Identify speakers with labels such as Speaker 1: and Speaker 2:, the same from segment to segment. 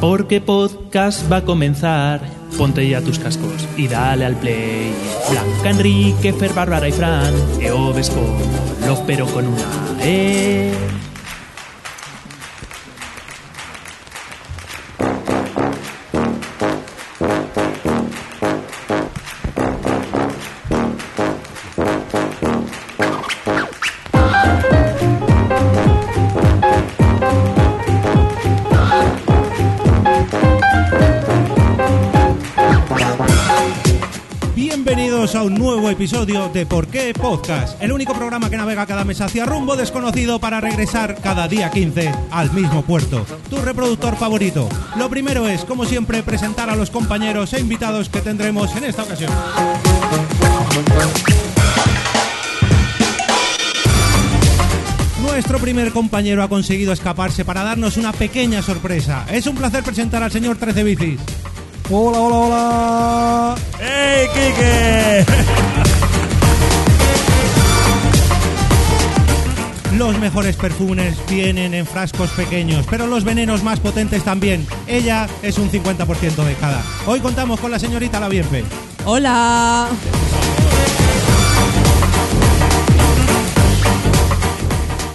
Speaker 1: Porque podcast va a comenzar. Ponte ya tus cascos y dale al play. Blanca, Enrique, Fer, Bárbara y Fran. EOBES con Love, pero con una E.
Speaker 2: Bienvenidos a un nuevo episodio de Por qué Podcast, el único programa que navega cada mes hacia rumbo desconocido para regresar cada día 15 al mismo puerto, tu reproductor favorito. Lo primero es, como siempre, presentar a los compañeros e invitados que tendremos en esta ocasión. Nuestro primer compañero ha conseguido escaparse para darnos una pequeña sorpresa. Es un placer presentar al señor 13 Bicis. Hola, hola, hola.
Speaker 3: ¡Ey, Kike!
Speaker 2: Los mejores perfumes vienen en frascos pequeños, pero los venenos más potentes también. Ella es un 50% de cada. Hoy contamos con la señorita La Bienpe.
Speaker 4: Hola.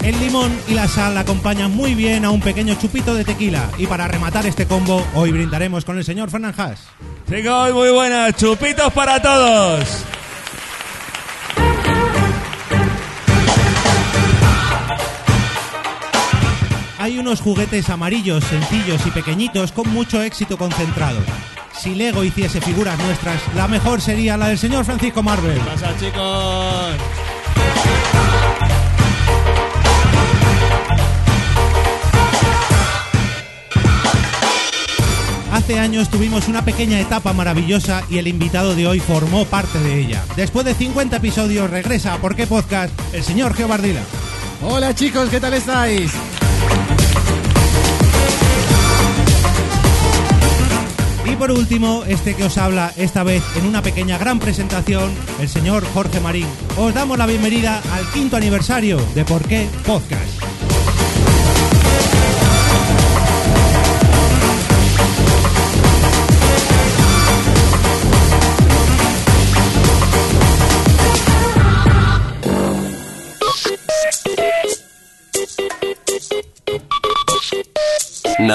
Speaker 2: El limón y la sal acompañan muy bien a un pequeño chupito de tequila. Y para rematar este combo, hoy brindaremos con el señor Fernández.
Speaker 3: Chicos, muy buenas. Chupitos para todos.
Speaker 2: Hay unos juguetes amarillos, sencillos y pequeñitos con mucho éxito concentrado. Si Lego hiciese figuras nuestras, la mejor sería la del señor Francisco Marvel.
Speaker 3: pasa, chicos?
Speaker 2: Hace años tuvimos una pequeña etapa maravillosa y el invitado de hoy formó parte de ella. Después de 50 episodios regresa a Por qué Podcast el señor Geobardila.
Speaker 5: Hola chicos, ¿qué tal estáis?
Speaker 2: Y por último, este que os habla esta vez en una pequeña gran presentación, el señor Jorge Marín. Os damos la bienvenida al quinto aniversario de Por qué Podcast.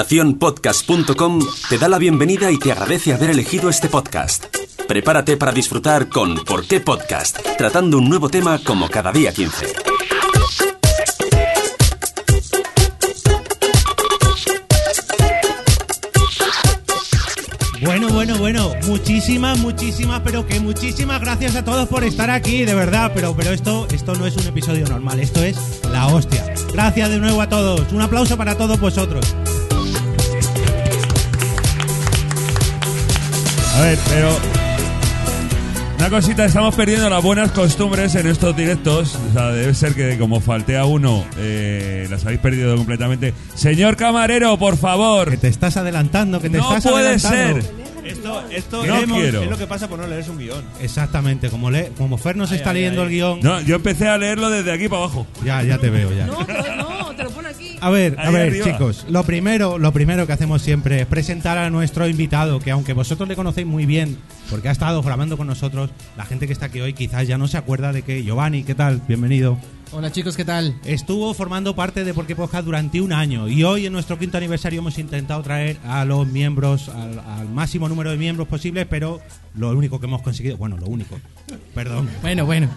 Speaker 6: Naciónpodcast.com te da la bienvenida y te agradece haber elegido este podcast. Prepárate para disfrutar con ¿Por qué podcast? Tratando un nuevo tema como cada día 15.
Speaker 2: Bueno, bueno, bueno, muchísimas, muchísimas, pero que muchísimas gracias a todos por estar aquí, de verdad, pero, pero esto, esto no es un episodio normal, esto es la hostia. Gracias de nuevo a todos, un aplauso para todos vosotros.
Speaker 3: A ver, pero... Una cosita, estamos perdiendo las buenas costumbres en estos directos. O sea, debe ser que como falté a uno, eh, las habéis perdido completamente. Señor camarero, por favor.
Speaker 2: Que te estás adelantando, que te
Speaker 3: No
Speaker 2: estás
Speaker 3: puede
Speaker 2: adelantando.
Speaker 3: ser.
Speaker 7: Esto, esto
Speaker 3: No
Speaker 7: queremos-
Speaker 3: quiero.
Speaker 7: es lo que pasa por no leerse un guión.
Speaker 2: Exactamente, como, le, como Fer nos está
Speaker 7: ay,
Speaker 2: leyendo
Speaker 7: ay.
Speaker 2: el guión,
Speaker 3: No, yo empecé a leerlo desde aquí para abajo.
Speaker 2: ya, ya te veo, ya.
Speaker 4: No, no, no, te lo pone aquí.
Speaker 2: A ver, a
Speaker 3: Ahí
Speaker 2: ver,
Speaker 3: arriba.
Speaker 2: chicos, lo primero, lo primero que hacemos siempre es presentar a nuestro invitado, que aunque vosotros le conocéis muy bien, porque ha estado grabando con nosotros, la gente que está aquí hoy quizás ya no se acuerda de que Giovanni, ¿qué tal? Bienvenido.
Speaker 5: Hola chicos, ¿qué tal?
Speaker 2: Estuvo formando parte de Por qué Podcast durante un año y hoy en nuestro quinto aniversario hemos intentado traer a los miembros, al, al máximo número de miembros posibles, pero lo único que hemos conseguido, bueno, lo único, perdón,
Speaker 5: Bueno, bueno.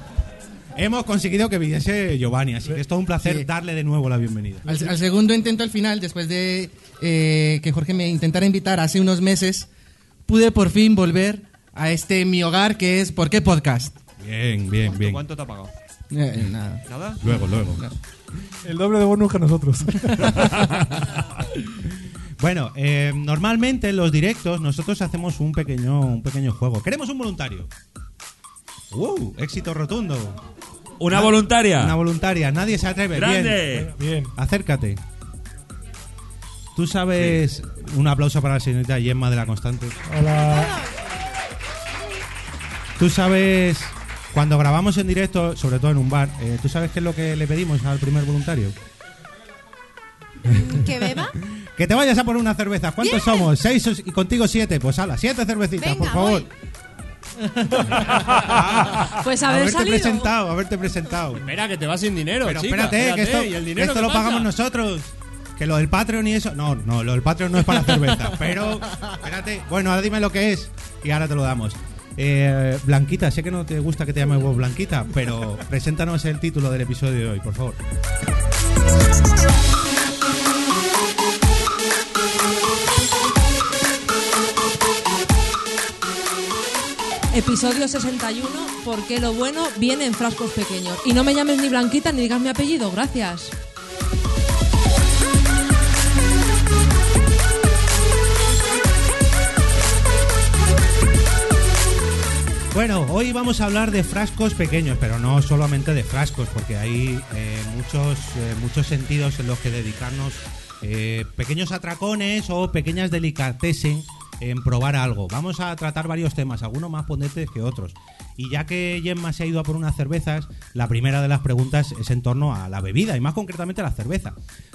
Speaker 2: hemos conseguido que viniese Giovanni, así que es todo un placer
Speaker 5: Sí.
Speaker 2: darle de nuevo la bienvenida.
Speaker 5: Al, al segundo intento al final, después de eh, que Jorge me intentara invitar hace unos meses, pude por fin volver a este mi hogar que es ¿Por qué podcast?
Speaker 2: Bien, bien, bien.
Speaker 7: ¿Cuánto te ha pagado?
Speaker 5: Eh, nada.
Speaker 7: ¿Nada?
Speaker 2: Luego, luego.
Speaker 8: El doble de bonus que nosotros.
Speaker 2: Bueno, eh, normalmente en los directos nosotros hacemos un pequeño, un pequeño juego. Queremos un voluntario. ¡Wow! Éxito rotundo.
Speaker 3: Una voluntaria.
Speaker 2: Ah, Una voluntaria. Nadie se atreve. Bien.
Speaker 3: Ah. Grande.
Speaker 8: Bien.
Speaker 2: Acércate. Tú sabes. Un aplauso para la señorita Gemma de la Constante.
Speaker 8: Hola.
Speaker 2: Tú sabes. Cuando grabamos en directo, sobre todo en un bar, eh, ¿tú sabes qué es lo que le pedimos al primer voluntario?
Speaker 4: ¿Que beba?
Speaker 2: Que te vayas a poner una cerveza. ¿Cuántos somos? Seis o- y contigo siete. Pues ala, siete cervecitas,
Speaker 4: Venga,
Speaker 2: por favor.
Speaker 4: voy. Pues haber
Speaker 2: haberte
Speaker 4: salido.
Speaker 2: presentado, haberte presentado.
Speaker 9: Espera, que te vas sin dinero,
Speaker 2: Pero
Speaker 9: chica.
Speaker 2: espérate, que esto,
Speaker 9: ¿y el
Speaker 2: que
Speaker 9: dinero
Speaker 2: esto
Speaker 9: qué
Speaker 2: lo
Speaker 9: pasa?
Speaker 2: pagamos nosotros. Que lo del Patreon y eso. No, no, lo del Patreon no es para cerveza. pero, espérate. Bueno, ahora dime lo que es y ahora te lo damos. Eh, Blanquita, sé que no te gusta que te llames vos Blanquita, pero preséntanos el título del episodio de hoy, por favor.
Speaker 4: Episodio 61, porque lo bueno viene en frascos pequeños. Y no me llames ni Blanquita ni digas mi apellido, gracias.
Speaker 2: Bueno, hoy vamos a hablar de frascos pequeños, pero no solamente de frascos, porque hay eh, muchos, eh, muchos sentidos en los que dedicarnos eh, pequeños atracones o pequeñas delicatessen en probar algo. Vamos a tratar varios temas, algunos más potentes que otros. Y ya que Gemma se ha ido a por unas cervezas, la primera de las preguntas es en torno a la bebida y más concretamente a la cerveza.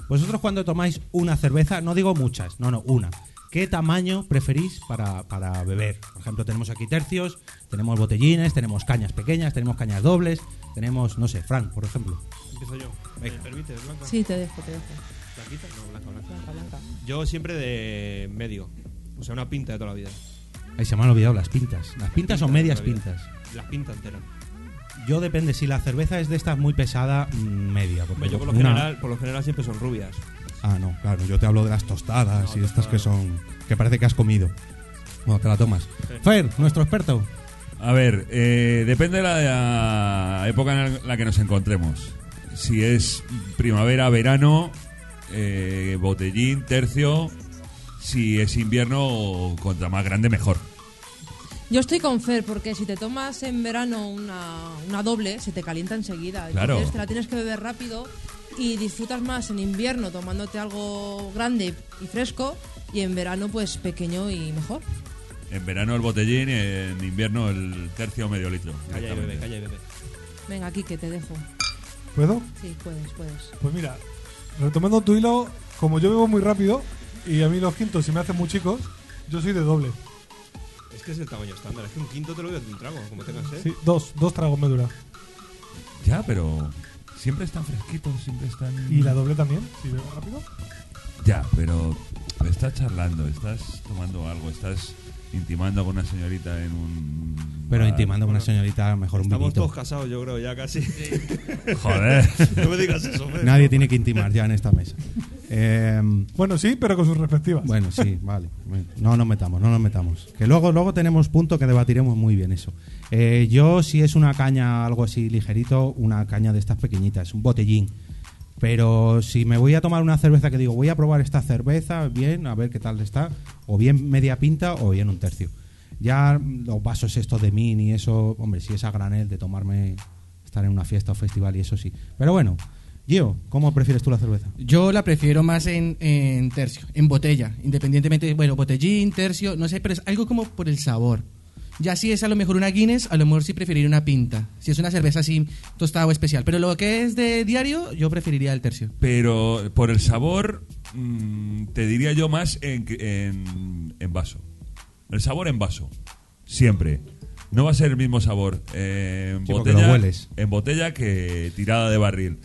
Speaker 2: Vosotros cuando tomáis una cerveza, no digo muchas, no, no, una. ¿Qué tamaño preferís para, para beber? Por ejemplo, tenemos aquí tercios, tenemos botellines, tenemos cañas pequeñas, tenemos cañas dobles, tenemos, no sé, Frank, por ejemplo.
Speaker 7: Empiezo yo. ¿Me permites, Blanca?
Speaker 4: Sí, te dejo, te dejo.
Speaker 7: ¿Blanquita? No, Blanca, Blanca.
Speaker 4: Blanca, blanca.
Speaker 7: Yo siempre de medio. O sea, una pinta de toda la vida.
Speaker 2: Ahí se me han olvidado las pintas. Las pintas son
Speaker 7: Pinta de
Speaker 2: medias
Speaker 7: toda la vida.
Speaker 2: pintas.
Speaker 7: Las pintas enteras.
Speaker 2: Yo depende, si la cerveza es de estas muy pesada, mm, media. porque
Speaker 7: Hombre, Yo por lo,
Speaker 2: una-
Speaker 7: general, por lo general siempre son rubias.
Speaker 2: Ah, no, claro, yo te hablo de las tostadas y estas que son. que parece que has comido. Bueno, te la tomas. Fer, nuestro experto.
Speaker 3: A ver, eh, depende de la época en la que nos encontremos. Si es primavera, verano, eh, botellín, tercio. Si es invierno, contra más grande, mejor.
Speaker 4: Yo estoy con Fer, porque si te tomas en verano una, una doble, se te calienta enseguida.
Speaker 3: Claro.
Speaker 4: Entonces te la tienes que beber rápido y disfrutas más en invierno tomándote algo grande y fresco y en verano pues pequeño y mejor.
Speaker 3: En verano el botellín, en invierno el tercio o medio litro.
Speaker 7: Calla y bebe,
Speaker 3: directamente.
Speaker 7: calla y bebe.
Speaker 4: Venga, aquí que te dejo.
Speaker 8: ¿Puedo?
Speaker 4: Sí, puedes, puedes.
Speaker 8: Pues mira, retomando tu hilo, como yo bebo muy rápido y a mí los quintos se me hacen muy chicos, yo soy de doble.
Speaker 7: Es que es el tamaño estándar. Es que un quinto te lo bebes de un trago, como tengas, ¿eh?
Speaker 8: Sí, dos, dos tragos me dura.
Speaker 3: Ya, pero siempre están fresquitos, siempre están...
Speaker 8: Y la doble también, si bebo rápido.
Speaker 3: Ya, pero estás charlando, estás tomando algo, estás intimando con una señorita en un...
Speaker 2: Pero
Speaker 3: bar.
Speaker 2: intimando con una señorita, mejor un
Speaker 7: Ah, Estamos
Speaker 2: vinito.
Speaker 7: todos casados, yo creo, ya casi.
Speaker 3: Joder.
Speaker 7: no me digas eso, hombre.
Speaker 2: Nadie tiene que intimar ya en esta mesa. Eh,
Speaker 8: Bueno, sí, pero con sus respectivas.
Speaker 2: Bueno, sí, vale. No nos metamos, no nos metamos. Que luego, luego tenemos punto que debatiremos muy bien eso. Eh, yo, si es una caña, algo así ligerito, una caña de estas pequeñitas, un botellín. Pero si me voy a tomar una cerveza que digo, voy a probar esta cerveza, bien, a ver qué tal está, o bien media pinta o bien un tercio. Ya los vasos estos de mini, eso, hombre, si es a granel de tomarme, estar en una fiesta o festival y eso sí. Pero bueno, Gio, ¿cómo prefieres tú la cerveza?
Speaker 5: Yo la prefiero más en, en tercio, en botella, independientemente, bueno, botellín, tercio, no sé, pero es algo como por el sabor. Ya si es a lo mejor una Guinness, a lo mejor sí preferiría una pinta. Si es una cerveza así tostada o especial. Pero lo que es de diario, yo preferiría el tercio.
Speaker 3: Pero por el sabor, mm, te diría yo más en, en- en vaso. El sabor en vaso. Siempre. No va a ser el mismo sabor en,
Speaker 2: Sí, porque lo
Speaker 3: botella,
Speaker 2: hueles.
Speaker 3: en botella que tirada de barril.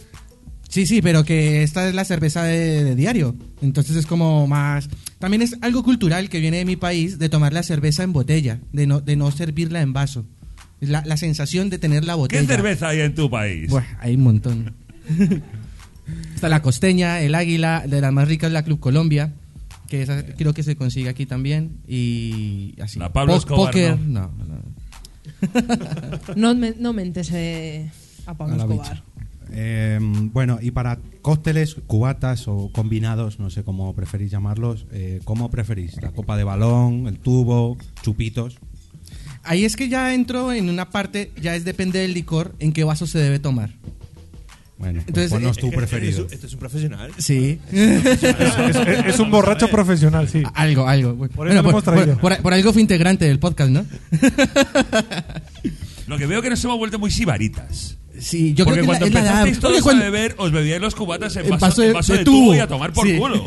Speaker 5: Sí, sí, pero que esta es la cerveza de, de diario. Entonces es como más... También es algo cultural que viene de mi país de tomar la cerveza en botella, de no, de no servirla en vaso. Es La, la sensación de tener la
Speaker 3: ¿Qué
Speaker 5: botella.
Speaker 3: cerveza hay en tu país?
Speaker 5: Buah, hay un montón. Está la costeña, el águila, de las más ricas la Club Colombia, que esa creo que se consigue aquí también. Y así.
Speaker 3: La Pablo Escobar,
Speaker 5: póker,
Speaker 3: ¿no?
Speaker 5: no, no.
Speaker 4: No, me- no mentes eh, a Pablo
Speaker 2: A la
Speaker 4: Escobar.
Speaker 2: bicha. Eh, bueno, y para cócteles, cubatas o combinados, no sé cómo preferís llamarlos, eh, ¿cómo preferís? ¿La copa de balón, el tubo, chupitos?
Speaker 5: Ahí es que ya entro en una parte, ya es depende del licor, en qué vaso se debe tomar.
Speaker 2: Bueno, pues
Speaker 5: Entonces,
Speaker 2: ponnos
Speaker 5: eh,
Speaker 2: tu
Speaker 7: Eh,
Speaker 2: preferido.
Speaker 7: eres un- Este es un profesional.
Speaker 5: Sí.
Speaker 8: Es, es- es un borracho profesional,
Speaker 3: ¿Eh?
Speaker 8: sí.
Speaker 5: algo, algo. Por,
Speaker 8: Por eso lo hemos traído.
Speaker 5: por- por algo fue integrante del podcast, ¿no?
Speaker 3: Lo que veo que nos hemos vuelto muy sibaritas.
Speaker 5: sí, yo
Speaker 3: Porque
Speaker 5: creo que
Speaker 3: cuando
Speaker 5: es la- es la edad.
Speaker 3: empezasteis todos
Speaker 5: Oye, cuando-
Speaker 3: a beber, os bebíais los cubatas en
Speaker 5: en
Speaker 3: vaso, en vaso de, tubo. y a tomar por
Speaker 5: Sí.
Speaker 3: culo.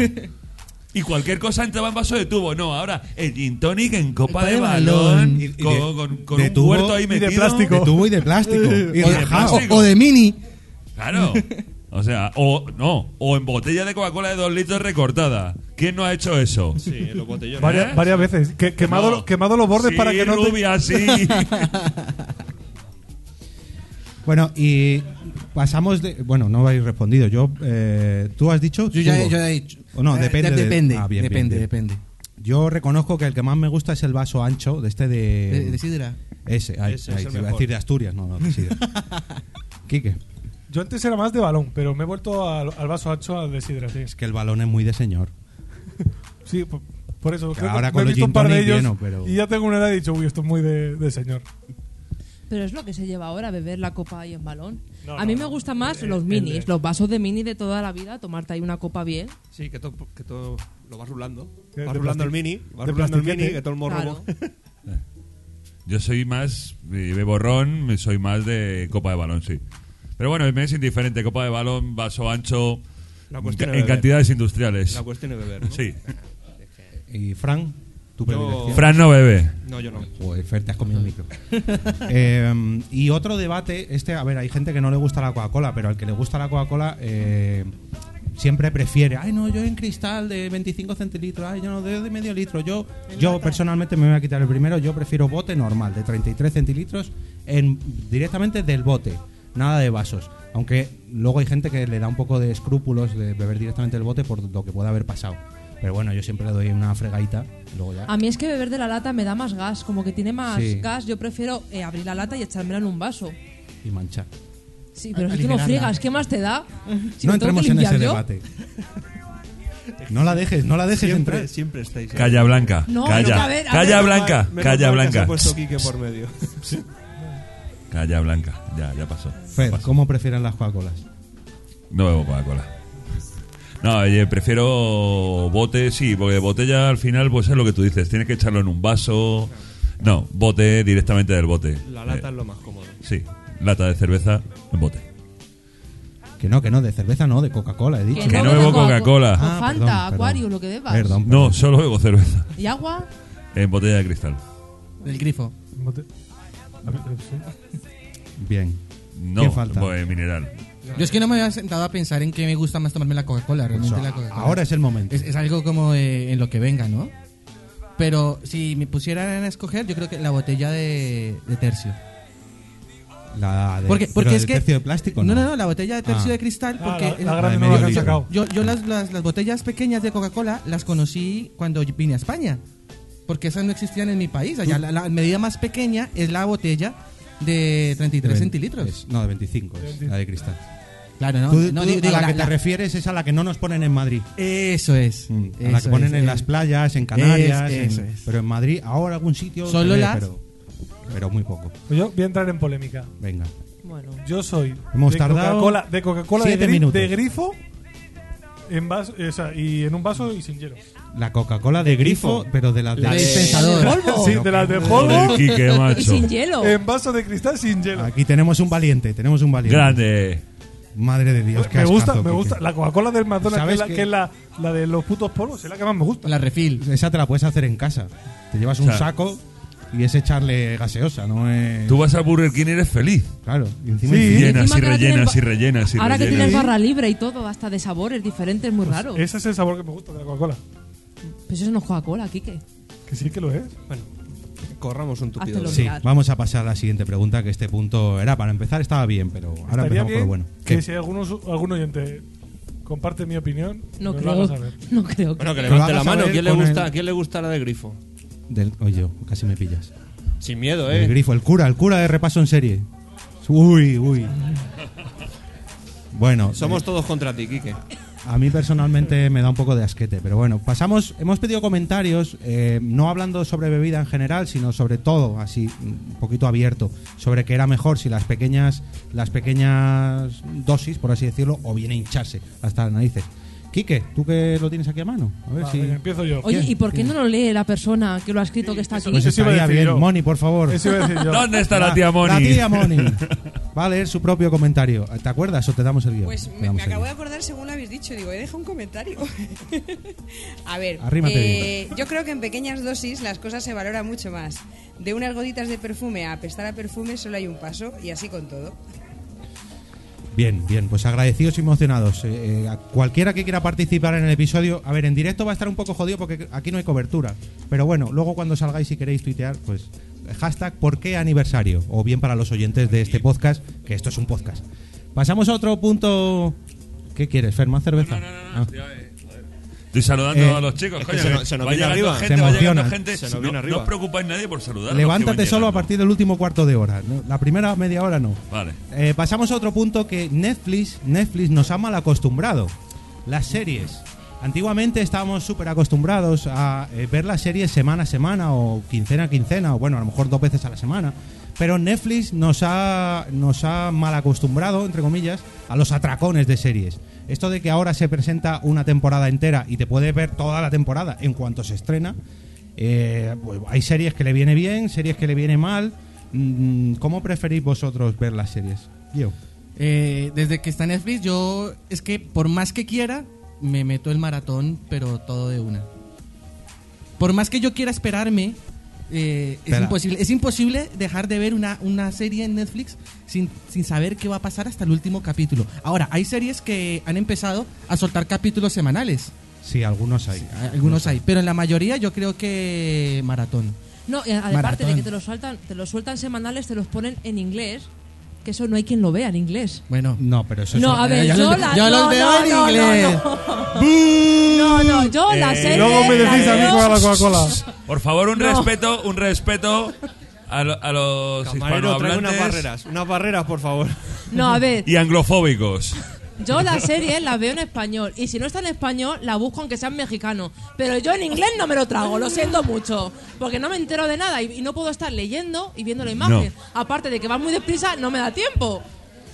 Speaker 3: Y cualquier cosa entraba en vaso de tubo. No, ahora el gin tonic en copa
Speaker 5: Copa
Speaker 3: de
Speaker 5: de
Speaker 3: balón,
Speaker 5: balón.
Speaker 2: Y- y de-
Speaker 3: con, con- con
Speaker 2: de
Speaker 3: un
Speaker 2: tubo
Speaker 3: huerto ahí
Speaker 8: y de
Speaker 3: metido.
Speaker 8: plástico.
Speaker 2: De tubo y de plástico. Y
Speaker 3: de
Speaker 2: rajado.
Speaker 3: plástico.
Speaker 5: O, o de mini.
Speaker 3: Claro. O sea, o no, o en botella de Coca-Cola de dos litros recortada. ¿Quién no ha hecho eso?
Speaker 7: Sí, en los botellones.
Speaker 3: ¿Eh?
Speaker 8: Varias, varias veces. Que- quemado,
Speaker 3: No.
Speaker 8: quemado los bordes
Speaker 3: Sí,
Speaker 8: para que no te-
Speaker 3: rubia, sí.
Speaker 2: Bueno, y pasamos de. Bueno, no habéis respondido. Yo, eh, tú has dicho.
Speaker 5: Yo ya,
Speaker 2: tubo.
Speaker 5: yo ya he dicho.
Speaker 2: O no,
Speaker 5: Eh,
Speaker 2: depende.
Speaker 5: de-
Speaker 2: de-
Speaker 5: depende,
Speaker 2: Ah, bien, bien,
Speaker 5: depende,
Speaker 2: bien.
Speaker 5: depende.
Speaker 2: Yo reconozco que el que más me gusta es el vaso ancho de este de.
Speaker 4: Eh,
Speaker 5: De- de sidra.
Speaker 2: Ese, ahí,
Speaker 7: Ese es
Speaker 2: ahí,
Speaker 7: el
Speaker 2: te iba a
Speaker 7: mejor.
Speaker 2: decir de Asturias, no, no, de sidra. Quique,
Speaker 8: Yo antes era más de balón, pero me he vuelto al, al vaso ancho al de sidra, sí.
Speaker 2: es que el balón es muy de señor.
Speaker 8: Sí, por, por eso.
Speaker 2: Que
Speaker 8: creo
Speaker 2: ahora
Speaker 8: que
Speaker 2: con
Speaker 8: me he
Speaker 2: los
Speaker 8: visto
Speaker 2: gin
Speaker 8: un par de
Speaker 2: tonic
Speaker 8: ellos
Speaker 2: lleno, pero-
Speaker 8: y ya tengo una edad y he dicho, uy, esto es muy de, de señor.
Speaker 4: Pero es lo que se lleva ahora, beber la copa ahí en balón.
Speaker 8: No,
Speaker 4: a mí
Speaker 8: no,
Speaker 4: me
Speaker 8: no.
Speaker 4: gustan más
Speaker 8: Eh,
Speaker 4: los
Speaker 8: el
Speaker 4: minis,
Speaker 8: de-
Speaker 4: los vasos de mini de toda la vida, tomarte ahí una copa bien.
Speaker 7: Sí, que todo que todo lo vas rulando.
Speaker 8: De-
Speaker 7: Vas
Speaker 8: de
Speaker 7: rulando el
Speaker 8: plasti-
Speaker 7: mini, vas
Speaker 8: de
Speaker 7: rulando el
Speaker 8: plastiquete.
Speaker 7: mini, que todo el morro.
Speaker 4: Claro.
Speaker 3: Yo soy más eh, bebo ron, soy más de copa de balón, sí. Pero bueno, me es indiferente, copa de balón, vaso ancho,
Speaker 7: La
Speaker 3: en,
Speaker 7: cuestión
Speaker 3: ca-
Speaker 7: es
Speaker 3: en
Speaker 7: beber.
Speaker 3: cantidades industriales.
Speaker 7: La cuestión es beber. ¿no?
Speaker 3: Sí.
Speaker 2: ¿Y Fran? ¿Tu
Speaker 7: Yo-
Speaker 2: predilección?
Speaker 3: Fran no bebe.
Speaker 7: No, yo no.
Speaker 2: Joder, Fer, te has comido el micro. Eh, y otro debate, este, a ver, hay gente que no le gusta la Coca-Cola, pero al que le gusta la Coca-Cola eh, siempre prefiere, ay no, yo en cristal de 25 centilitros, ay yo no, de, de medio litro, yo, yo personalmente me voy a quitar el primero, yo prefiero bote normal, de 33 centilitros, en, directamente del bote, nada de vasos. Aunque luego hay gente que le da un poco de escrúpulos de beber directamente el bote por lo que pueda haber pasado. Pero bueno, yo siempre le doy una fregadita, y luego ya.
Speaker 4: A mí es que beber de la lata me da más gas, como que tiene más
Speaker 2: Sí.
Speaker 4: gas. Yo prefiero eh, abrir la lata y echármela en un vaso.
Speaker 2: Y manchar.
Speaker 4: Sí, pero
Speaker 5: A-
Speaker 4: si tú no
Speaker 5: aligerarla.
Speaker 4: friegas, ¿qué más te da? Si
Speaker 2: ¿eh? no
Speaker 4: me tengo que
Speaker 2: entremos en
Speaker 4: limpiar
Speaker 2: ese
Speaker 4: yo.
Speaker 2: debate. No la dejes, no la dejes
Speaker 7: Siempre,
Speaker 2: entrar.
Speaker 7: siempre estáis. ahí.
Speaker 3: Calla blanca.
Speaker 4: No,
Speaker 3: calla.
Speaker 4: no, a ver, a
Speaker 3: calla
Speaker 4: ver.
Speaker 3: blanca.
Speaker 7: Menos mal
Speaker 3: calla
Speaker 7: que Se
Speaker 3: blanca.
Speaker 7: ha puesto Quique por medio.
Speaker 3: Calla blanca. Ya, ya pasó.
Speaker 2: Fer,
Speaker 3: Ya pasó.
Speaker 2: ¿cómo prefieren las Coca-Colas?
Speaker 3: No bebo Coca-Cola. No, oye, prefiero bote, sí, porque botella al final, pues es lo que tú dices, tienes que echarlo en un vaso. No, bote directamente del bote.
Speaker 7: La lata
Speaker 3: Eh,
Speaker 7: es lo más cómodo.
Speaker 3: sí, lata de cerveza en bote.
Speaker 2: Que no, que no, de cerveza no, de Coca-Cola, he dicho.
Speaker 3: Que no bebo Coca-Cola.
Speaker 4: O
Speaker 2: Ah,
Speaker 4: Fanta,
Speaker 2: perdón, perdón.
Speaker 4: Aquarius, lo que bebas.
Speaker 2: Perdón,
Speaker 3: No,
Speaker 2: perdón.
Speaker 3: solo bebo cerveza
Speaker 4: ¿Y agua?
Speaker 3: en botella de cristal.
Speaker 5: Del grifo.
Speaker 8: No te- a ver, eh, sí.
Speaker 2: Bien.
Speaker 3: No,
Speaker 2: ¿Qué falta?
Speaker 3: pues, mineral.
Speaker 5: Yo es que no me había sentado a pensar en qué me gusta más tomarme la Coca-Cola, realmente
Speaker 2: Pues,
Speaker 5: la
Speaker 2: a-
Speaker 5: Coca-Cola.
Speaker 2: ahora es el momento.
Speaker 5: es, es algo como eh, en lo que venga, ¿no? Pero si me pusieran a escoger, yo creo que la botella de, de tercio.
Speaker 2: La de,
Speaker 5: Porque,
Speaker 2: pero
Speaker 5: porque
Speaker 2: del
Speaker 5: es que
Speaker 2: tercio de plástico,
Speaker 5: no,
Speaker 2: ¿no?
Speaker 5: no, no, la botella de tercio
Speaker 2: Ah.
Speaker 5: de cristal
Speaker 8: Ah,
Speaker 5: porque
Speaker 8: la, la
Speaker 5: es-
Speaker 8: grande
Speaker 2: de
Speaker 8: no la
Speaker 2: medio
Speaker 8: han
Speaker 2: litro.
Speaker 8: sacado.
Speaker 5: Yo, yo las, las, las botellas pequeñas de Coca-Cola las conocí cuando yo vine a España. Porque esas no existían en mi país. Allá la, la medida más pequeña es la botella de 33
Speaker 2: De
Speaker 5: centilitros.
Speaker 2: es- no, de 25, es la de cristal.
Speaker 5: Claro, ¿no?
Speaker 2: Tú-
Speaker 5: no
Speaker 2: tú
Speaker 5: digo- digo,
Speaker 2: a la, que te
Speaker 5: la-
Speaker 2: refieres es a la que no nos ponen en Madrid.
Speaker 5: Eso es.
Speaker 2: Mm, a la que
Speaker 5: eso
Speaker 2: ponen
Speaker 5: es,
Speaker 2: en
Speaker 5: eh.
Speaker 2: las playas, en Canarias.
Speaker 5: es,
Speaker 2: en-
Speaker 5: es.
Speaker 2: Pero en Madrid, ahora algún sitio. se
Speaker 5: Solo
Speaker 2: ve,
Speaker 5: las-
Speaker 2: Pero, pero muy poco.
Speaker 8: Yo voy a entrar en polémica.
Speaker 2: Venga.
Speaker 4: Bueno.
Speaker 8: Yo soy
Speaker 2: Hemos
Speaker 8: de
Speaker 2: tardado
Speaker 8: Coca-Cola, de Coca-Cola de,
Speaker 2: siete
Speaker 8: gri-
Speaker 2: minutos.
Speaker 8: de grifo en vaso, o sea, y en un vaso y sin hielo.
Speaker 2: La Coca-Cola de grifo, pero de la
Speaker 5: La
Speaker 2: de-
Speaker 5: dispensadora.
Speaker 8: Sí, de las de
Speaker 3: Joder,
Speaker 8: polvo
Speaker 3: Quique,
Speaker 4: Y
Speaker 3: macho.
Speaker 4: sin hielo.
Speaker 2: Eh,
Speaker 8: en vaso de cristal sin hielo.
Speaker 2: Aquí tenemos un valiente, tenemos un valiente.
Speaker 3: Grande.
Speaker 2: Madre de Dios, qué
Speaker 8: me gusta,
Speaker 2: ascazo,
Speaker 8: me
Speaker 2: Quique.
Speaker 8: gusta la Coca-Cola del McDonald's, que
Speaker 2: ¿Sabes
Speaker 8: es, la,
Speaker 2: qué?
Speaker 8: que es la, la de los putos polvos, es la que más me gusta.
Speaker 5: La refil.
Speaker 2: Pues Esa te la puedes hacer en casa. Te llevas un
Speaker 3: O sea,
Speaker 2: saco y es echarle gaseosa, no es.
Speaker 3: Tú vas a Burger King y eres feliz.
Speaker 2: Claro, y encima.
Speaker 8: Sí.
Speaker 4: Y
Speaker 2: encima-
Speaker 3: Llenas
Speaker 4: encima
Speaker 3: y
Speaker 4: que ahora
Speaker 3: rellenas y
Speaker 4: tienen ba-
Speaker 3: rellenas y
Speaker 4: Ahora que tienes
Speaker 3: rellenas.
Speaker 4: barra libre y todo, hasta de sabores diferentes, muy raro.
Speaker 8: Ese Pues es el sabor que me gusta de la Coca-Cola.
Speaker 4: Pero eso no es Coca-Cola, Kike.
Speaker 8: Que sí que lo es.
Speaker 7: Bueno, corramos un tupido.
Speaker 4: Hazlo.
Speaker 2: Sí,
Speaker 4: mirar.
Speaker 2: vamos a pasar a la siguiente pregunta, que este punto era para empezar, estaba bien, pero ahora
Speaker 8: Estaría
Speaker 2: empezamos por
Speaker 8: bien
Speaker 2: lo bueno.
Speaker 8: que
Speaker 2: ¿Qué?
Speaker 8: si algunos, algún oyente comparte mi opinión,
Speaker 4: No
Speaker 8: nos lo
Speaker 4: creo.
Speaker 8: haga saber.
Speaker 4: No creo.
Speaker 7: Bueno, que
Speaker 2: Pero
Speaker 7: levante la
Speaker 2: vamos a
Speaker 7: mano.
Speaker 2: ver
Speaker 7: ¿Quién le,
Speaker 2: con el-
Speaker 7: gusta, ¿Quién le gusta la de grifo?
Speaker 2: Del- Oye, casi me pillas.
Speaker 7: Sin miedo,
Speaker 2: El
Speaker 7: ¿eh?
Speaker 2: grifo, el cura, el cura de repaso en serie. Uy, uy. Bueno,
Speaker 7: Somos todos contra ti, Quique.
Speaker 2: A mí personalmente me da un poco de asquete, pero bueno, pasamos, hemos pedido comentarios, eh, no hablando sobre bebida en general, sino sobre todo, así, un poquito abierto, sobre que era mejor si las pequeñas, las pequeñas dosis, por así decirlo, o bien hincharse hasta las narices. Quique, tú que lo tienes aquí a mano, a ver
Speaker 8: Va,
Speaker 2: si...
Speaker 8: venga, empiezo yo.
Speaker 4: Oye,
Speaker 2: ¿quién?
Speaker 4: ¿y por qué no lo lee la persona que lo ha escrito que está aquí?
Speaker 2: Pues
Speaker 8: Eso iba a
Speaker 2: estaría
Speaker 8: decir
Speaker 2: bien,
Speaker 8: yo.
Speaker 2: Moni, por favor.
Speaker 8: Eso iba a decir yo.
Speaker 3: ¿Dónde está la,
Speaker 2: La-
Speaker 3: tía Moni?
Speaker 2: La tía Moni. va a leer su propio comentario. ¿Te acuerdas o te damos el guión?
Speaker 9: Pues
Speaker 2: Te
Speaker 9: me,
Speaker 2: damos
Speaker 9: me
Speaker 2: el
Speaker 9: acabo de
Speaker 2: guión.
Speaker 9: acordar según lo habéis dicho. Digo, he dejado un comentario. a ver,
Speaker 2: Arrímate
Speaker 9: eh, yo creo que en pequeñas dosis las cosas se valoran mucho más. De unas gotitas de perfume a apestar a perfume solo hay un paso y así con todo.
Speaker 2: Bien, bien, pues agradecidos y emocionados. Eh, eh, a cualquiera que quiera participar en el episodio, a ver, en directo va a estar un poco jodido porque aquí no hay cobertura. Pero bueno, luego cuando salgáis si queréis tuitear, pues hashtag por qué aniversario. O bien para los oyentes de este podcast, que esto es un podcast. Pasamos a otro punto. ¿Qué quieres, Fer? ¿Más cerveza?
Speaker 3: No, no, no, no,
Speaker 2: Ah.
Speaker 3: tío, eh, joder. Estoy saludando
Speaker 2: Eh,
Speaker 3: a los chicos,
Speaker 7: es que
Speaker 3: coño.
Speaker 7: se
Speaker 3: que
Speaker 7: nos- se nos
Speaker 3: va
Speaker 7: viene
Speaker 3: llegando
Speaker 7: arriba.
Speaker 2: Se
Speaker 3: gente, va llegando
Speaker 2: emocionan.
Speaker 3: gente.
Speaker 7: Se nos
Speaker 3: No-
Speaker 7: viene
Speaker 3: no
Speaker 7: arriba.
Speaker 3: os preocupáis nadie por saludar.
Speaker 2: Ah, Levántate solo a partir del último cuarto de hora. ¿no? La primera media hora no.
Speaker 3: Vale.
Speaker 2: Eh, pasamos a otro punto que Netflix, Netflix nos ha mal acostumbrado. Las series. Antiguamente estábamos súper acostumbrados a eh, ver las series semana a semana o quincena a quincena o bueno, a lo mejor dos veces a la semana. Pero Netflix nos ha, nos ha mal acostumbrado, entre comillas, a los atracones de series. Esto de que ahora se presenta una temporada entera y te puedes ver toda la temporada en cuanto se estrena, eh, pues hay series que le viene bien, series que le viene mal. Mm, ¿Cómo preferís vosotros ver las series? Yo.
Speaker 5: Eh, desde que está Netflix, yo es que por más que quiera, me meto el maratón, pero todo de una. Por más que yo quiera esperarme, eh, es
Speaker 2: Espera.
Speaker 5: imposible. Es imposible dejar de ver una, una serie en Netflix sin, sin saber qué va a pasar hasta el último capítulo. Ahora, hay series que han empezado a soltar capítulos semanales.
Speaker 2: Sí, algunos hay.
Speaker 5: Algunos hay, pero en la mayoría yo creo que maratón.
Speaker 4: No, y a- aparte de
Speaker 5: Maratón.
Speaker 4: que te los, saltan, te los sueltan semanales, te los ponen en inglés, que eso no hay quien lo vea en inglés.
Speaker 5: Bueno,
Speaker 2: No, pero eso es
Speaker 4: No,
Speaker 2: otra-
Speaker 4: a ver,
Speaker 5: ya
Speaker 4: yo
Speaker 5: los-
Speaker 4: la-
Speaker 5: ya los
Speaker 4: no,
Speaker 5: veo
Speaker 4: no,
Speaker 5: en
Speaker 4: no, no,
Speaker 5: inglés.
Speaker 4: No, no, no, yo la
Speaker 3: Eh,
Speaker 4: serie.
Speaker 8: Luego me decís a mí
Speaker 4: la
Speaker 8: con la
Speaker 4: veo-
Speaker 8: Coca-Cola.
Speaker 3: Por favor, un
Speaker 4: No.
Speaker 3: respeto, un respeto a, lo- a los
Speaker 7: Camarero, trae unas
Speaker 3: hispanohablantes
Speaker 7: barreras. Unas barreras, por favor.
Speaker 4: No, a ver,
Speaker 3: y anglofóbicos.
Speaker 4: yo la serie la veo en español. Y si no está en español, la busco aunque sea en mexicano. Pero yo en inglés no me lo trago, lo siento mucho. Porque no me entero de nada y, y no puedo estar leyendo y viendo la imagen. Aparte de que va muy deprisa, no me da tiempo.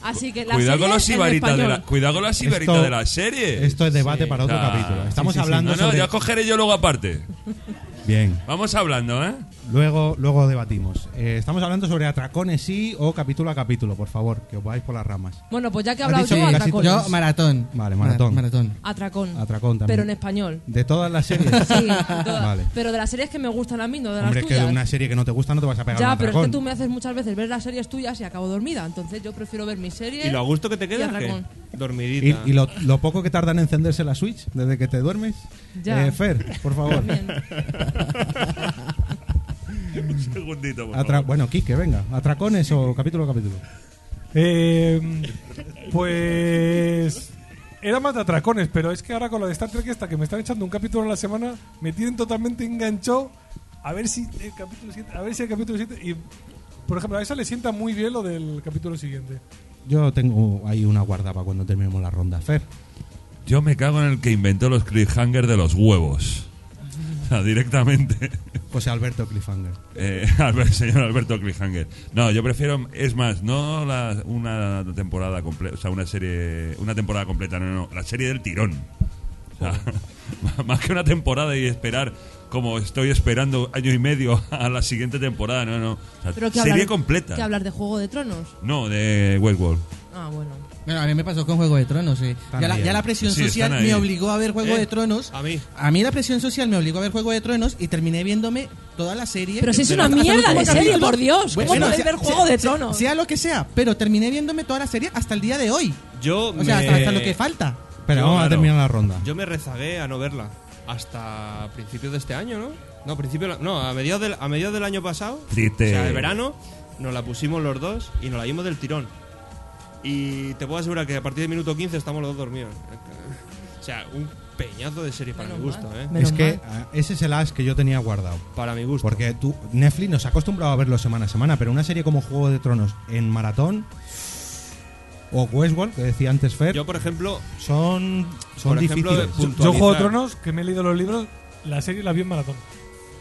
Speaker 4: Así que la
Speaker 3: Cuidado
Speaker 4: serie
Speaker 3: con los
Speaker 4: en
Speaker 3: sibaritas de
Speaker 4: español.
Speaker 3: la, cuidado con los sibaritas
Speaker 2: Esto-
Speaker 3: de la serie.
Speaker 2: Esto es debate para otro
Speaker 3: O sea,
Speaker 2: capítulo. Estamos
Speaker 3: Ah, sí, sí, sí.
Speaker 2: hablando
Speaker 3: No, no,
Speaker 2: sobre-
Speaker 3: ya cogeré yo luego aparte.
Speaker 2: Bien.
Speaker 3: Vamos hablando, ¿eh?
Speaker 2: Luego, luego debatimos. Eh, estamos hablando sobre atracones sí o capítulo a capítulo, por favor, que os vais por las ramas.
Speaker 4: Bueno, pues ya que he
Speaker 2: Has
Speaker 4: hablado
Speaker 2: dicho
Speaker 4: yo,
Speaker 2: casi
Speaker 4: atracones.
Speaker 5: eh, yo maratón.
Speaker 2: Vale,
Speaker 5: Mara-
Speaker 2: maratón.
Speaker 5: Maratón.
Speaker 4: Atracón.
Speaker 2: Atracón también.
Speaker 4: Pero en español.
Speaker 2: De todas las series.
Speaker 4: Sí, toda-
Speaker 2: Vale.
Speaker 4: pero de las series que me gustan a mí, no de las
Speaker 2: Hombre, es que
Speaker 4: tuyas.
Speaker 2: de una serie que no te gusta no te vas a pegar un
Speaker 4: ya, pero
Speaker 2: atracón.
Speaker 4: es que tú me haces muchas veces ver las series tuyas y acabo dormida. Entonces yo prefiero ver mis series.
Speaker 7: ¿Y lo a gusto que te
Speaker 4: Y
Speaker 7: quedas? ¿qué?
Speaker 4: Arracón.
Speaker 7: Dormidita.
Speaker 2: Y, y lo, lo poco que tarda en encenderse la Switch desde que te duermes.
Speaker 4: Ya.
Speaker 2: Eh, Fer, por favor.
Speaker 4: Bien.
Speaker 3: Un segundito, por
Speaker 2: Atra-
Speaker 3: favor.
Speaker 2: bueno, Kike, venga. ¿Atracones o capítulo a capítulo?
Speaker 8: Eh, pues. Era más de atracones, pero es que ahora con lo de Star Trek, esta que me están echando un capítulo a la semana, me tienen totalmente enganchado. A ver si el capítulo siguiente. A ver si el capítulo siguiente. Y, por ejemplo, a esa le sienta muy bien lo del capítulo siguiente.
Speaker 2: Yo tengo ahí una guarda para cuando terminemos la ronda. Fer.
Speaker 3: Yo me cago en el que inventó los cliffhangers de los huevos. O sea, directamente.
Speaker 2: José Alberto Cliffhanger.
Speaker 3: Eh, Albert- señor Alberto Cliffhanger. No, yo prefiero, es más, no la- una temporada completa, o sea, una serie, una temporada completa, no, no, la serie del tirón. O sea, más que una temporada y esperar como estoy esperando año y medio a la siguiente temporada, no, no. O sea,
Speaker 4: Pero que
Speaker 3: serie
Speaker 4: hablar,
Speaker 3: completa.
Speaker 4: Que hablar de Juego de Tronos.
Speaker 3: No, de Westworld.
Speaker 4: Ah, bueno.
Speaker 5: Bueno, a mí me pasó con Juego de Tronos. eh. Ya, la,
Speaker 2: ahí.
Speaker 5: ya la presión
Speaker 3: Sí,
Speaker 5: social
Speaker 3: están ahí.
Speaker 5: me obligó a ver Juego
Speaker 7: ¿Eh?
Speaker 5: de Tronos.
Speaker 7: A mí.
Speaker 5: A mí la presión social me obligó a ver Juego de Tronos y terminé viéndome toda la serie.
Speaker 4: Pero si es
Speaker 5: Hasta
Speaker 4: una
Speaker 5: el
Speaker 4: mierda
Speaker 5: último
Speaker 4: de serie,
Speaker 5: capítulo.
Speaker 4: por Dios. ¿Cómo
Speaker 5: Bueno,
Speaker 4: puedes
Speaker 5: sea-
Speaker 4: ver Juego
Speaker 5: sea-
Speaker 4: de
Speaker 5: sea-
Speaker 4: Tronos?
Speaker 5: Sea lo que sea, pero terminé viéndome toda la serie hasta el día de hoy.
Speaker 7: Yo
Speaker 5: O sea,
Speaker 7: me-
Speaker 5: hasta, hasta lo que falta.
Speaker 2: Pero
Speaker 7: Yo,
Speaker 2: vamos a
Speaker 7: claro.
Speaker 2: terminar la ronda.
Speaker 7: Yo me rezagué a no verla hasta principios de este año, ¿no? No, principio, no a, mediados del, a mediados del año pasado,
Speaker 3: Triste.
Speaker 7: o
Speaker 8: Este,
Speaker 7: sea, de verano, nos la pusimos los dos y nos la vimos del tirón. Y te puedo asegurar que a partir del minuto 15 estamos los dos dormidos. O sea, un peñazo de serie para mi
Speaker 4: Menos
Speaker 7: gusto,
Speaker 4: mal.
Speaker 7: ¿eh?
Speaker 4: Menos
Speaker 2: es que
Speaker 4: mal.
Speaker 2: ah, ese es el as que yo tenía guardado.
Speaker 7: Para mi gusto.
Speaker 2: Porque tú, Netflix nos ha acostumbrado a verlo semana a semana, pero una serie como Juego de Tronos en maratón o Westworld, que decía antes Fer,
Speaker 7: Yo, por ejemplo,
Speaker 2: son, son
Speaker 7: por ejemplo,
Speaker 2: difíciles.
Speaker 7: pu-
Speaker 8: Yo, Juego de
Speaker 7: Puntualizar.
Speaker 8: Tronos, que me he leído los libros, la serie la vi en maratón.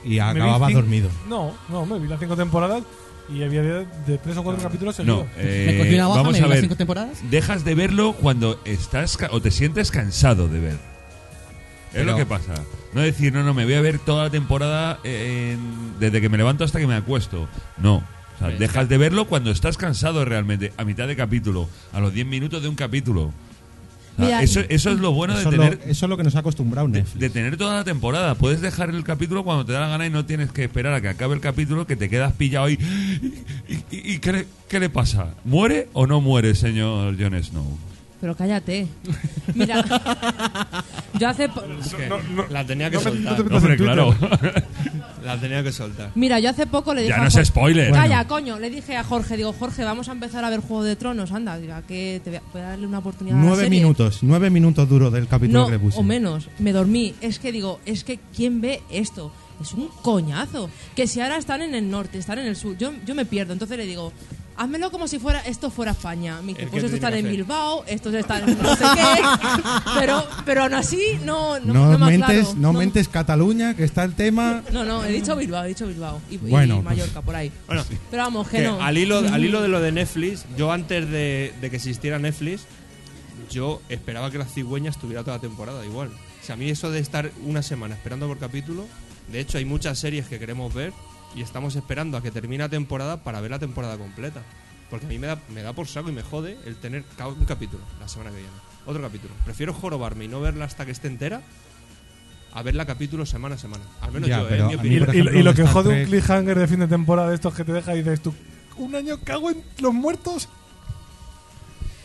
Speaker 2: y
Speaker 8: Me vi
Speaker 2: acababa
Speaker 8: cinco-
Speaker 2: dormido.
Speaker 8: No, no, me vi las cinco temporadas y había de, de tres o cuatro capítulos seguidos.
Speaker 3: No, eh,
Speaker 5: me cogí una hoja,
Speaker 3: vamos
Speaker 5: me
Speaker 3: a
Speaker 5: vi las
Speaker 3: ver.
Speaker 5: cinco temporadas.
Speaker 3: Dejas de verlo cuando estás ca- o te sientes cansado de ver. es
Speaker 2: Pero-
Speaker 3: lo que pasa. No decir, no, no, me voy a ver toda la temporada eh, en- desde que me levanto hasta que me acuesto. No. O podcast. Dejas de verlo cuando estás cansado realmente, a mitad de capítulo, a los 10 minutos de un capítulo. O sea,
Speaker 4: Mira,
Speaker 3: eso, eso es lo bueno
Speaker 2: Eso,
Speaker 3: de
Speaker 2: es lo-
Speaker 3: tener
Speaker 2: eso es lo que nos ha acostumbrado
Speaker 3: de,
Speaker 2: Netflix.
Speaker 3: de tener toda la temporada. Puedes dejar el capítulo cuando te da la gana y no tienes que esperar a que acabe el capítulo, que te quedas pillado ahí. ¿Y, y- y qué, le, qué le pasa? ¿Muere o no muere, señor Jon Snow?
Speaker 4: Pero cállate. Mira, yo hace, po-
Speaker 8: No, no,
Speaker 7: La tenía que
Speaker 8: no me- no te
Speaker 7: soltar.
Speaker 8: metas en
Speaker 3: Hombre,
Speaker 8: Twitter.
Speaker 3: claro.
Speaker 7: La tenía que soltar.
Speaker 4: mira, yo hace poco le dije
Speaker 3: ya
Speaker 4: a
Speaker 3: no es
Speaker 4: Jorge-
Speaker 3: spoiler.
Speaker 4: Calla, coño. Le dije a Jorge, digo, Jorge, vamos a empezar a ver Juego de Tronos. Anda, dirá que te voy a, voy a darle una oportunidad. a la
Speaker 2: Nueve
Speaker 4: serie.
Speaker 2: minutos, nueve minutos duros del capítulo
Speaker 4: No,
Speaker 2: que le puse.
Speaker 4: o menos. Me dormí. Es que digo, es que ¿quién ve esto? Es un coñazo. Que si ahora están en el norte, están en el sur, yo, yo me pierdo. Entonces le digo, házmelo como si fuera esto fuera España. Me dice,
Speaker 7: ¿El
Speaker 4: pues
Speaker 7: qué
Speaker 4: estos
Speaker 7: tiene
Speaker 4: están
Speaker 7: que
Speaker 4: en
Speaker 7: hacer?
Speaker 4: Bilbao, estos están en no sé qué. Pero, pero aún así, no, no,
Speaker 2: No,
Speaker 4: no me
Speaker 2: mentes,
Speaker 4: aclaro.
Speaker 2: no, mentes Cataluña, que está el tema.
Speaker 4: No, no, he dicho Bilbao, he dicho Bilbao. Y, y
Speaker 2: Bueno, pues-
Speaker 4: Mallorca, por ahí.
Speaker 7: Bueno,
Speaker 4: Pero vamos, que
Speaker 7: que
Speaker 4: no.
Speaker 7: al, hilo, al hilo de lo de Netflix, yo antes de, de que existiera Netflix, yo esperaba que las cigüeñas estuviera toda la temporada igual. Si a mí eso de estar una semana esperando por capítulo, de hecho hay muchas series que queremos ver y estamos esperando a que termine la temporada para ver la temporada completa. Porque a mí me da, me da por saco y me jode el tener ca- un capítulo la semana que viene. Otro capítulo. Prefiero jorobarme y no verla hasta que esté entera a verla capítulo semana a semana. Al menos
Speaker 2: Ya,
Speaker 7: yo, ¿eh?
Speaker 2: pero
Speaker 7: en mi
Speaker 2: a mí,
Speaker 8: Y,
Speaker 7: opinión.
Speaker 2: por
Speaker 8: y-
Speaker 2: ejemplo,
Speaker 8: y lo
Speaker 2: en
Speaker 8: que
Speaker 2: Star
Speaker 8: jode un
Speaker 2: Trek-
Speaker 8: cliffhanger de fin de temporada de estos que te deja y dices tú, un año cago en los muertos.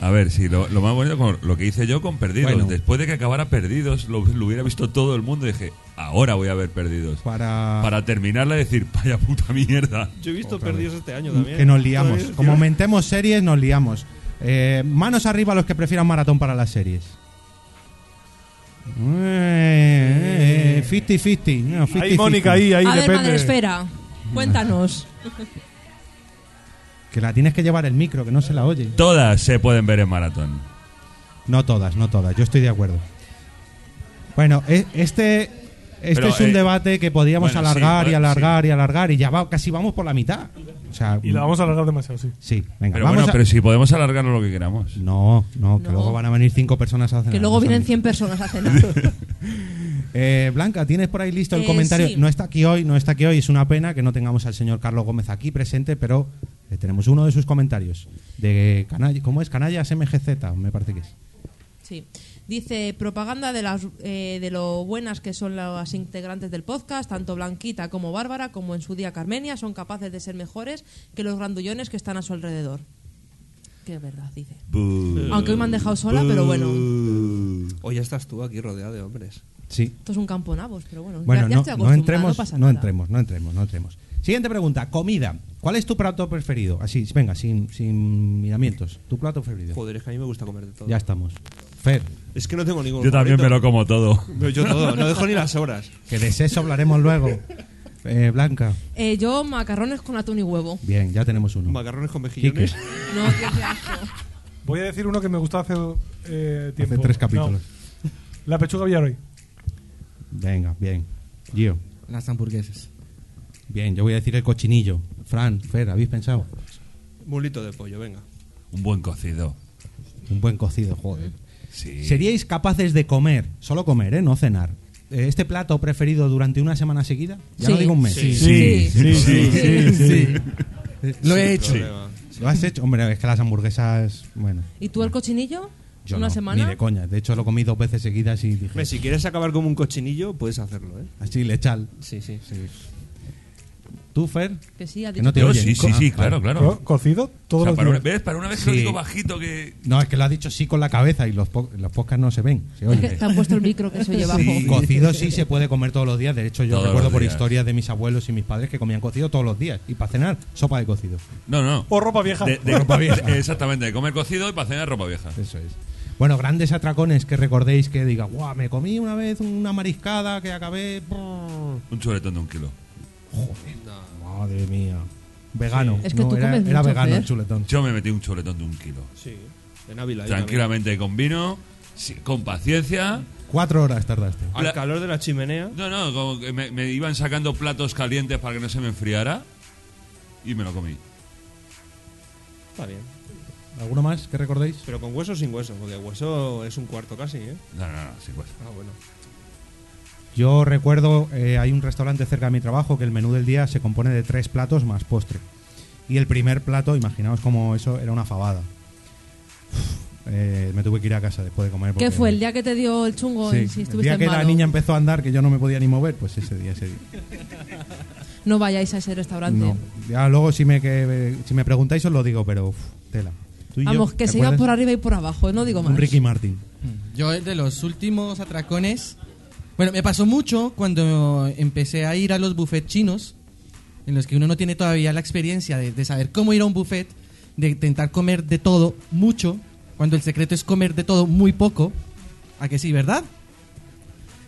Speaker 3: A ver, sí, lo, lo más bonito con lo que hice yo con Perdidos.
Speaker 2: Bueno.
Speaker 3: Después de que acabara Perdidos, lo, lo hubiera visto todo el mundo y dije, ahora voy a ver Perdidos.
Speaker 2: Para,
Speaker 3: Para terminarla y decir, vaya puta mierda.
Speaker 7: Yo he visto
Speaker 2: Otra vez.
Speaker 7: perdidos este año también.
Speaker 2: que nos
Speaker 7: Todavía
Speaker 2: liamos.
Speaker 7: estoy-
Speaker 2: Como mentemos series, nos liamos. Eh, manos arriba a los que prefieran maratón para las series. Eh, 50-50. eh, no, 50-50.
Speaker 8: Ahí Mónica, ahí, ahí
Speaker 4: a ver,
Speaker 8: depende.
Speaker 4: madre esfera, cuéntanos.
Speaker 2: Que la tienes que llevar el micro, que no se la oye.
Speaker 3: Todas se pueden ver en maratón.
Speaker 2: No todas, no todas. Yo estoy de acuerdo. Bueno, e- este, este
Speaker 3: Pero,
Speaker 2: es un
Speaker 3: eh,
Speaker 2: debate que podríamos
Speaker 3: bueno, sí,
Speaker 2: alargar y
Speaker 3: bueno,
Speaker 2: alargar y alargar y ya va, casi vamos por la mitad. O sea,
Speaker 8: Y la vamos a alargar demasiado, sí.
Speaker 2: Sí, venga,
Speaker 3: Pero
Speaker 2: vamos
Speaker 3: bueno,
Speaker 2: a-
Speaker 3: pero si podemos alargarlo lo que queramos.
Speaker 2: No, no, que
Speaker 4: No.
Speaker 2: luego van a venir cinco personas a cenar.
Speaker 4: Que luego
Speaker 2: no son-
Speaker 4: vienen 100 personas a cenar.
Speaker 2: Eh, Blanca, ¿tienes por ahí listo el
Speaker 4: Eh,
Speaker 2: comentario?
Speaker 4: sí.
Speaker 2: No está aquí hoy, no está aquí hoy. Es una pena que no tengamos al señor Carlos Gómez aquí presente, pero eh, tenemos uno de sus comentarios. De Canall- ¿Cómo es? Canallas MGZ, me parece que es.
Speaker 4: Sí. Dice, propaganda de, las, eh, de lo buenas que son las integrantes del podcast, tanto Blanquita como Bárbara, como en su día Carmenia, son capaces de ser mejores que los grandullones que están a su alrededor. Que es verdad, dice. Aunque hoy me han dejado sola, pero bueno.
Speaker 7: Hoy ya estás tú aquí rodeada de hombres.
Speaker 2: Sí.
Speaker 4: Esto es un campo nabos, pero bueno.
Speaker 2: Bueno,
Speaker 4: ya
Speaker 2: no,
Speaker 4: estoy
Speaker 2: no
Speaker 4: acostumbrada,
Speaker 2: entremos,
Speaker 4: pasa
Speaker 2: no
Speaker 4: nada.
Speaker 2: entremos, no entremos, no entremos. Siguiente pregunta, comida. ¿Cuál es tu plato preferido? Así, venga, sin, sin miramientos. Tu plato preferido.
Speaker 7: Joder, es que a mí me gusta comer de todo.
Speaker 2: Ya estamos. Fer,
Speaker 7: Es que no tengo ningún.
Speaker 3: Yo también me lo
Speaker 7: favorito.
Speaker 3: como todo.
Speaker 7: No, Yo todo, no dejo ni las horas.
Speaker 2: que de eso hablaremos luego. Eh, Blanca,
Speaker 4: Eh, yo macarrones con atún y huevo.
Speaker 2: bien, ya tenemos uno.
Speaker 7: Macarrones con mejillones.
Speaker 2: Quique.
Speaker 4: No, qué- qué asco.
Speaker 8: Voy a decir uno que me gustó hace eh, tiempo.
Speaker 2: Hace tres
Speaker 8: No.
Speaker 2: capítulos.
Speaker 8: La pechuga Villaroy.
Speaker 2: Venga, bien. Gio.
Speaker 5: Las hamburguesas.
Speaker 2: Bien, yo voy a decir el cochinillo. Fran, Fer, ¿habéis pensado?
Speaker 7: Mulito de pollo, venga.
Speaker 3: Un buen cocido.
Speaker 2: Un buen cocido, joder.
Speaker 3: Sí.
Speaker 2: ¿Seríais capaces de comer, solo comer, ¿eh? no cenar, eh, este plato preferido durante una semana seguida? Ya no
Speaker 4: Sí.
Speaker 2: digo un mes.
Speaker 4: Sí. Sí,
Speaker 8: sí, sí, sí, sí.
Speaker 5: Lo he hecho.
Speaker 7: Problema.
Speaker 2: ¿Lo has hecho? Hombre, es que las hamburguesas, bueno,
Speaker 4: ¿Y tú el cochinillo?
Speaker 2: yo
Speaker 4: ¿Una
Speaker 2: no,
Speaker 4: semana?
Speaker 2: ni de coña. De hecho, lo comí dos veces seguidas y dije,
Speaker 7: Hombre, si quieres acabar como un cochinillo, puedes hacerlo, ¿eh?
Speaker 2: así, lechal.
Speaker 7: Sí, sí.
Speaker 2: ¿Tú, Fer?
Speaker 4: Que sí, ha
Speaker 2: Que no
Speaker 4: dicho.
Speaker 2: te
Speaker 3: Yo
Speaker 2: oyen.
Speaker 3: Oh, sí, sí,
Speaker 2: Ah,
Speaker 3: sí, claro, claro.
Speaker 8: Co- Cocido
Speaker 3: O
Speaker 8: todos
Speaker 3: sea,
Speaker 8: los
Speaker 3: para una,
Speaker 8: días.
Speaker 3: ¿Ves? Para una vez que lo
Speaker 2: Sí.
Speaker 3: digo bajito que...
Speaker 2: No, es que lo has dicho sí con la cabeza y los, po- los podcasts no se ven, se
Speaker 4: Es que
Speaker 2: oyen.
Speaker 4: te han puesto el micro que se oye bajo.
Speaker 3: Sí.
Speaker 2: Cocido sí se puede comer todos los días. De hecho, yo
Speaker 3: Todos
Speaker 2: recuerdo
Speaker 3: los
Speaker 2: por
Speaker 3: días.
Speaker 2: historias de mis abuelos y mis padres que comían cocido todos los días. Y para cenar, sopa de cocido.
Speaker 3: No, no.
Speaker 8: O ropa vieja.
Speaker 3: De- de-
Speaker 2: ropa vieja.
Speaker 3: de- Exactamente, de comer cocido y para cenar ropa vieja.
Speaker 2: Eso es. Bueno, grandes atracones que recordéis que diga, guau, me comí una vez una mariscada que acabé. brrr".
Speaker 3: Un chuletón de un kilo.
Speaker 2: Madre mía. Vegano.
Speaker 4: Es que
Speaker 2: No,
Speaker 4: tú
Speaker 2: era,
Speaker 4: comes
Speaker 2: era
Speaker 4: mucho,
Speaker 2: vegano
Speaker 4: Fer.
Speaker 2: el chuletón.
Speaker 3: Yo me metí un chuletón de un kilo.
Speaker 7: Sí. En Ávila. ahí
Speaker 3: Tranquilamente, con vino, sí, con paciencia.
Speaker 2: Cuatro horas tardaste.
Speaker 7: también. Al calor de la chimenea.
Speaker 3: No, no, como que me, me iban sacando platos calientes para que no se me enfriara. Y me lo comí.
Speaker 7: Está bien.
Speaker 2: ¿Alguno más que recordéis?
Speaker 7: Pero con hueso o sin hueso, porque hueso es un cuarto casi, ¿eh?
Speaker 3: No, no, pues. no, sin cosa.
Speaker 7: Ah, bueno.
Speaker 2: Yo recuerdo, eh, hay un restaurante cerca de mi trabajo que el menú del día se compone de tres platos más postre. Y el primer plato, imaginaos como eso, era una fabada. Uf, eh, me tuve que ir a casa después de comer.
Speaker 4: ¿Qué
Speaker 2: porque-
Speaker 4: fue? ¿El día que te dio el chungo?
Speaker 2: Sí,
Speaker 4: y si
Speaker 2: el
Speaker 4: estuviste
Speaker 2: día que la
Speaker 4: malo?
Speaker 2: niña em- empezó a andar, que yo no me podía ni mover, pues ese día, ese día.
Speaker 4: No vayáis a ese restaurante.
Speaker 2: No. Ya luego, si me, que, si me preguntáis, os lo digo, pero uf, tela. Tú y yo,
Speaker 4: Vamos,
Speaker 2: ¿te
Speaker 4: que se iba
Speaker 2: acuerdas?
Speaker 4: por arriba y por abajo, ¿eh? no digo más.
Speaker 2: Un Ricky Martin.
Speaker 5: Yo el de los últimos atracones. Bueno, me pasó mucho cuando empecé a ir a los buffets chinos, en los que uno no tiene todavía la experiencia de, de saber cómo ir a un buffet, de intentar comer de todo mucho, cuando el secreto es comer de todo muy poco. ¿A que sí, verdad?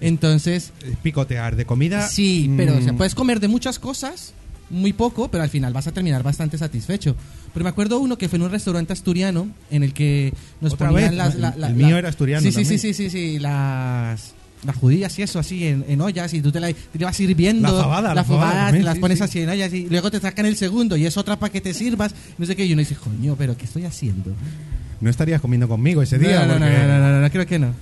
Speaker 5: Entonces,
Speaker 2: Es eh, Picotear de comida.
Speaker 5: Sí, pero o sea,
Speaker 2: mm,
Speaker 5: puedes comer de muchas cosas, muy poco, pero al final vas a terminar bastante satisfecho. Pero me acuerdo uno que fue en un restaurante asturiano en el que nos
Speaker 2: Otra
Speaker 5: ponían
Speaker 2: vez,
Speaker 5: las.
Speaker 2: el-
Speaker 5: la- la-
Speaker 2: el
Speaker 5: la-
Speaker 2: mío era asturiano
Speaker 5: Sí, sí, sí,
Speaker 2: también.
Speaker 5: sí, sí, sí, las. Las judías y eso así en, en ollas y tú te la, te la vas sirviendo.
Speaker 2: La fabada,
Speaker 5: la
Speaker 2: la fabada
Speaker 5: fabada,
Speaker 2: también,
Speaker 5: te las
Speaker 2: sí,
Speaker 5: pones
Speaker 2: sí.
Speaker 5: así en ollas y luego te sacan el segundo y es otra para que te sirvas. No sé qué. Y uno dice, coño, pero ¿qué estoy haciendo?
Speaker 2: No estarías comiendo conmigo ese día.
Speaker 5: no, no, no,
Speaker 2: porque-
Speaker 5: no, no, no, no, creo que no.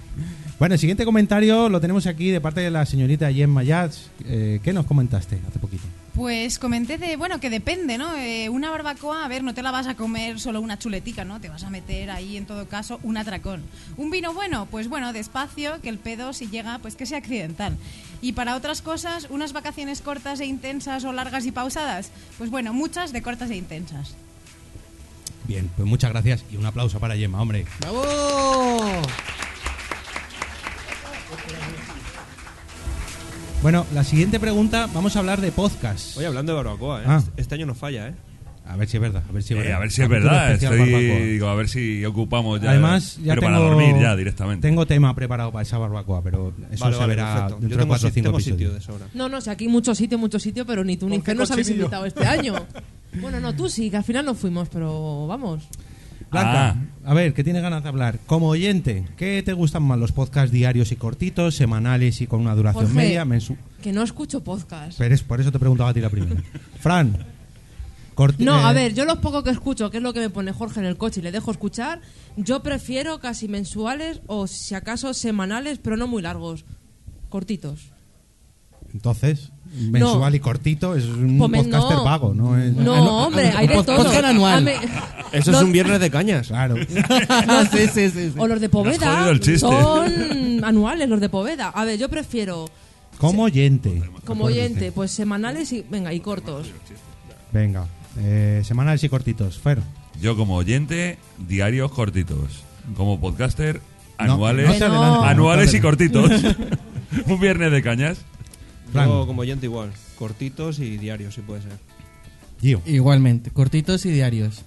Speaker 2: Bueno, el siguiente comentario lo tenemos aquí de parte de la señorita Gemma Yats. Eh, ¿Qué nos comentaste hace poquito?
Speaker 10: Pues comenté de, bueno, que depende, ¿no? Eh, una barbacoa, a ver, no te la vas a comer solo una chuletica, ¿no? Te vas a meter ahí, en todo caso, un atracón. Un vino bueno, pues bueno, despacio, que el pedo si llega, pues que sea accidental. Y para otras cosas, unas vacaciones cortas e intensas o largas y pausadas, pues bueno, muchas de cortas e intensas.
Speaker 2: Bien, pues muchas gracias y un aplauso para Gemma, hombre.
Speaker 5: ¡Bravo!
Speaker 2: Bueno, la siguiente pregunta, vamos a hablar de podcast.
Speaker 7: Oye, hablando de barbacoa, ¿eh?
Speaker 2: Ah.
Speaker 7: este año no falla, ¿eh?
Speaker 2: A ver si es verdad, a ver si es
Speaker 3: Eh,
Speaker 2: verdad.
Speaker 3: a ver si es
Speaker 2: Capítulo
Speaker 3: verdad.
Speaker 2: especial
Speaker 3: Estoy,
Speaker 2: barbacoa.
Speaker 3: digo, a ver si ocupamos ya.
Speaker 2: Además, ya
Speaker 3: pero
Speaker 2: tengo,
Speaker 3: para dormir ya directamente.
Speaker 2: Tengo tema preparado para esa barbacoa, pero eso
Speaker 7: Vale,
Speaker 2: se
Speaker 7: vale,
Speaker 2: verá
Speaker 7: perfecto. Yo
Speaker 2: dentro de
Speaker 7: tengo,
Speaker 2: 4 o
Speaker 7: si-
Speaker 2: 5
Speaker 7: tengo sitio de
Speaker 2: episodios.
Speaker 7: sobra.
Speaker 4: No, no, si aquí mucho sitio, mucho sitio, pero ni tú ni
Speaker 8: ¿Por qué
Speaker 4: Fer nos habéis
Speaker 8: cochinillo?
Speaker 4: invitado este año. Bueno, no, tú sí, que al final no fuimos, pero vamos.
Speaker 2: Blanca,
Speaker 3: Ah.
Speaker 2: a ver, ¿qué tienes ganas de hablar? Como oyente, ¿qué te gustan más los podcasts diarios y cortitos, semanales y con una duración
Speaker 4: Jorge,
Speaker 2: media? mensu-
Speaker 4: que no escucho podcast.
Speaker 2: Pero es- por eso te preguntaba a ti la primera. Fran, corti-
Speaker 4: No, a
Speaker 2: eh,
Speaker 4: ver, yo los pocos que escucho, que es lo que me pone Jorge en el coche y le dejo escuchar, yo prefiero casi mensuales o si acaso semanales, pero no muy largos, cortitos.
Speaker 2: Entonces, mensual y cortito es un
Speaker 4: Pues me-
Speaker 2: podcaster
Speaker 4: no.
Speaker 2: vago, ¿no? Es-
Speaker 4: No,
Speaker 5: Ah, no,
Speaker 4: hombre,
Speaker 5: ah,
Speaker 4: hay de
Speaker 5: pod-
Speaker 4: todo.
Speaker 5: podcast anual.
Speaker 4: A mí-
Speaker 7: Eso
Speaker 4: los-
Speaker 7: es un viernes de cañas.
Speaker 2: Ah, Claro.
Speaker 5: sí, sí, sí, sí.
Speaker 4: O los de
Speaker 3: Me has jodido
Speaker 4: Poveda
Speaker 3: el chiste.
Speaker 4: son anuales, los de Poveda. A ver, yo prefiero
Speaker 2: Como oyente. acuérdate.
Speaker 4: como oyente, pues semanales y venga y cortos.
Speaker 2: Venga, eh, semanales y cortitos. Fer.
Speaker 3: Yo como oyente, diarios cortitos. Como podcaster,
Speaker 2: No,
Speaker 3: anuales,
Speaker 2: no te
Speaker 4: Que no.
Speaker 2: adelantes, no te
Speaker 3: anuales y
Speaker 2: adelantes.
Speaker 3: cortitos. Un viernes de cañas.
Speaker 2: Fran.
Speaker 7: Yo como oyente igual, cortitos y diarios, si puede ser.
Speaker 2: Gio.
Speaker 4: Eh,
Speaker 5: Igualmente, cortitos y diarios.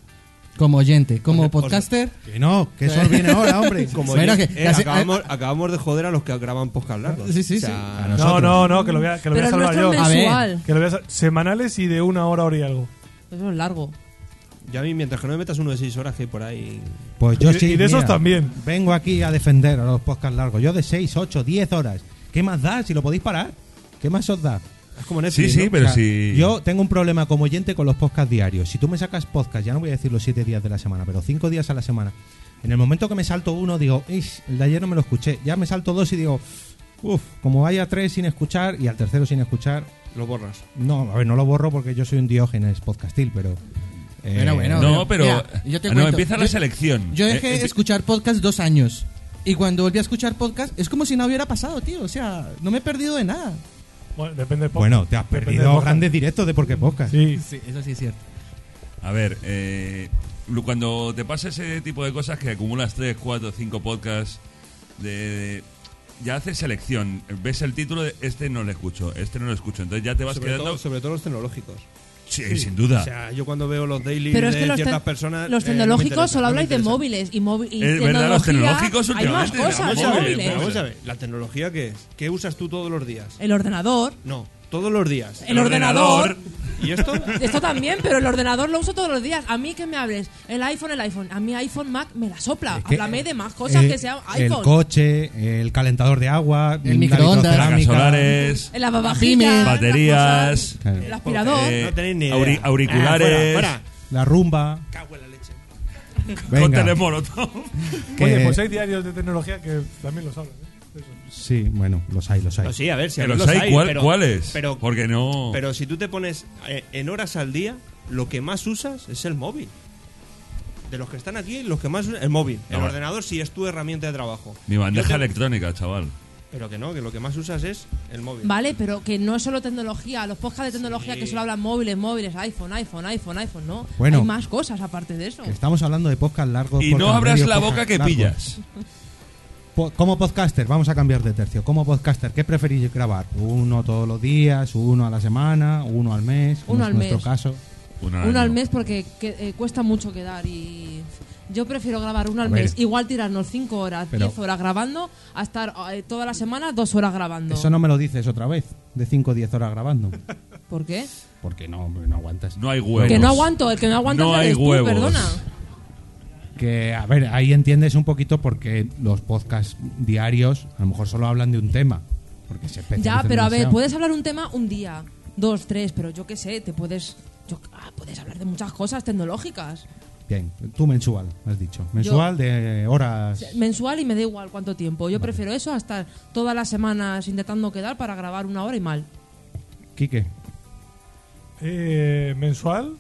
Speaker 5: Como oyente, como podcaster.
Speaker 2: Que no, que eso viene ahora, hombre.
Speaker 7: Como
Speaker 5: Bueno,
Speaker 7: oyente-
Speaker 5: que-
Speaker 7: eh,
Speaker 5: ya se-
Speaker 7: acabamos, acabamos de joder a los que graban podcast largos.
Speaker 5: Sí, sí,
Speaker 7: O sea,
Speaker 2: A
Speaker 8: No,
Speaker 2: nosotros.
Speaker 8: no, no, que lo voy a, que lo voy a
Speaker 4: Pero el
Speaker 8: salvar
Speaker 4: nuestro
Speaker 8: yo.
Speaker 4: es
Speaker 5: A ver.
Speaker 4: mensual.
Speaker 8: Que lo voy a sal- semanales y de una hora, hora y algo.
Speaker 4: Eso es largo.
Speaker 7: Yo a mí, mientras que no me metas uno de seis horas que hay por ahí...
Speaker 2: Pues yo
Speaker 8: Y-
Speaker 2: sí.
Speaker 8: y de esos
Speaker 2: mira,
Speaker 8: también.
Speaker 2: Vengo aquí a defender a los podcasts largos. Yo de 6, 8, 10 horas. ¿Qué más da si lo podéis parar? ¿Qué más os da?
Speaker 7: Es como
Speaker 3: Sí,
Speaker 7: Netflix,
Speaker 3: sí,
Speaker 7: ¿no?
Speaker 3: pero
Speaker 2: O sea,
Speaker 3: si.
Speaker 2: Yo tengo un problema como oyente con los podcasts diarios. Si tú me sacas podcast, ya no voy a decir los 7 días de la semana, pero 5 días a la semana. En el momento que me salto uno, digo, "Ish, el de ayer no me lo escuché. Ya me salto dos y digo, uff, como vaya tres sin escuchar y al tercero sin escuchar,
Speaker 7: Lo borras.
Speaker 2: No, a ver, no lo borro porque yo soy un diógenes podcastil, pero. eh,
Speaker 5: Pero bueno,
Speaker 3: No, pero. ah,
Speaker 5: Mira, yo te
Speaker 3: no,
Speaker 5: cuento.
Speaker 3: empieza la
Speaker 5: Yo-
Speaker 3: selección.
Speaker 5: Yo
Speaker 3: Eh,
Speaker 5: dejé de
Speaker 3: empi-
Speaker 5: escuchar podcast dos años. Y cuando volví a escuchar podcast, es como si no hubiera pasado, tío. O sea, no me he perdido de nada.
Speaker 8: Bueno, depende del podcast.
Speaker 2: Bueno, te has
Speaker 8: Depende del
Speaker 2: perdido
Speaker 8: podcast.
Speaker 2: grandes directos de Porque Podcast.
Speaker 8: Sí.
Speaker 5: eso sí es cierto.
Speaker 3: A ver, eh, lu- cuando te pasa ese tipo de cosas que acumulas 3, 4, 5 podcasts, de, de- ya haces selección. Ves el título de este no lo escucho, este no lo escucho. Entonces ya te vas
Speaker 7: Sobre
Speaker 3: quedando. Ah.
Speaker 7: todo, sobre todo los tecnológicos.
Speaker 3: sí, sin duda.
Speaker 7: O sea, yo cuando veo los daily
Speaker 4: Pero es
Speaker 7: de
Speaker 4: que los,
Speaker 7: ciertas
Speaker 4: te-
Speaker 7: personas...
Speaker 4: los
Speaker 7: eh, no me
Speaker 4: tecnológicos
Speaker 7: interesa,
Speaker 4: solo
Speaker 7: no me
Speaker 4: habláis de
Speaker 7: interesa.
Speaker 4: móviles y, móvil y
Speaker 3: Es Eh, verdad, los
Speaker 4: tecnología,
Speaker 3: tecnológicos
Speaker 4: Hay más
Speaker 3: últimamente,
Speaker 4: cosas,
Speaker 7: Vamos
Speaker 3: de
Speaker 7: a, ver,
Speaker 3: móviles.
Speaker 7: pero vamos a ver, ¿la tecnología qué es? ¿Qué usas tú todos los días?
Speaker 4: El ordenador,
Speaker 7: No, todos los días.
Speaker 4: el ordenador.
Speaker 7: ¿Y esto?
Speaker 4: Esto también, pero el ordenador lo uso todos los días. A mí que me hables, el iPhone, el iPhone. A mí iPhone, Mac, me la sopla.
Speaker 2: Es que,
Speaker 4: Háblame de más cosas
Speaker 2: eh,
Speaker 4: que sean
Speaker 2: El
Speaker 4: iPhone.
Speaker 2: coche, el calentador de agua, la
Speaker 5: microondas.
Speaker 2: vitrocerámica.
Speaker 3: Placas solares,
Speaker 4: El lavavajillas,
Speaker 5: Pyme.
Speaker 4: las
Speaker 3: baterías,
Speaker 4: cosas,
Speaker 2: Claro.
Speaker 4: el aspirador.
Speaker 3: eh,
Speaker 7: No tenéis ni idea.
Speaker 3: auri-
Speaker 7: Ah,
Speaker 3: auriculares.
Speaker 7: fuera,
Speaker 2: La rumba.
Speaker 7: Cago en la leche.
Speaker 3: con
Speaker 2: Venga,
Speaker 3: telemolotov.
Speaker 2: que-
Speaker 8: Oye, pues hay diarios de tecnología que también los hablan. ¿eh? Eso.
Speaker 2: Sí, bueno, los hay, los hay.
Speaker 7: No, Pues sí, a ver, si
Speaker 3: Pero
Speaker 7: los
Speaker 3: hay,
Speaker 7: hay,
Speaker 3: ¿cuál-
Speaker 7: pero-
Speaker 3: ¿cuáles?
Speaker 7: Pero,
Speaker 3: Porque no.
Speaker 7: pero si tú te pones eh, en horas al día, lo que más usas es el móvil. De los que están aquí, los que más usan el móvil. El
Speaker 3: Ahora.
Speaker 7: ordenador sí es tu herramienta de trabajo.
Speaker 3: Ah, Mi bandeja
Speaker 7: Yo te-
Speaker 3: electrónica, chaval.
Speaker 7: Pero que no, que lo que más usas es el móvil.
Speaker 4: Vale, pero que no es solo tecnología, los podcasts de tecnología
Speaker 7: Sí.
Speaker 4: que solo hablan móviles, móviles, iPhone, iPhone, iPhone, iPhone, no.
Speaker 2: Bueno.
Speaker 4: Hay más cosas aparte de eso.
Speaker 2: Que Estamos hablando de podcast largos.
Speaker 3: Y no
Speaker 2: podcast
Speaker 3: abras
Speaker 2: radio,
Speaker 3: la
Speaker 2: podcast
Speaker 3: boca que
Speaker 2: largos.
Speaker 3: pillas.
Speaker 2: Po- como podcaster, vamos a cambiar de tercio. Como podcaster, ¿qué preferís grabar? ¿Uno todos los días? ¿Uno a la semana? ¿Uno al mes? como
Speaker 4: Uno
Speaker 2: es
Speaker 4: al
Speaker 2: nuestro
Speaker 4: mes.
Speaker 2: caso.
Speaker 3: Una
Speaker 4: Uno al
Speaker 3: año.
Speaker 4: mes porque que- eh, cuesta mucho quedar y yo prefiero grabar uno al
Speaker 2: ver.
Speaker 4: mes, igual tirarnos cinco horas,
Speaker 2: Pero-
Speaker 4: 10 horas grabando, a estar eh, toda la semana dos horas grabando.
Speaker 2: Eso no me lo dices otra vez, de 5 o 10 horas grabando.
Speaker 4: ¿Por qué?
Speaker 2: Porque no, hombre, no aguantas.
Speaker 3: No hay huevos.
Speaker 4: Que no aguanto, el que no aguanta
Speaker 3: pues, No
Speaker 4: eres
Speaker 3: hay
Speaker 4: tú,
Speaker 3: huevos.
Speaker 4: perdona.
Speaker 2: Que, a ver, ahí entiendes un poquito porque los podcasts diarios a lo mejor solo hablan de un tema. Porque se
Speaker 4: Ya,
Speaker 2: especializan
Speaker 4: pero a ver,
Speaker 2: demasiado.
Speaker 4: puedes hablar un tema un día, dos, tres, pero yo qué sé, te puedes yo- ah, puedes hablar de muchas cosas tecnológicas.
Speaker 2: Bien, tú mensual, has dicho. Mensual de horas.
Speaker 4: Mensual y me da igual cuánto tiempo. Yo prefiero eso a estar todas las semanas intentando quedar para grabar una hora y mal.
Speaker 2: Quique,
Speaker 8: Eh, mensual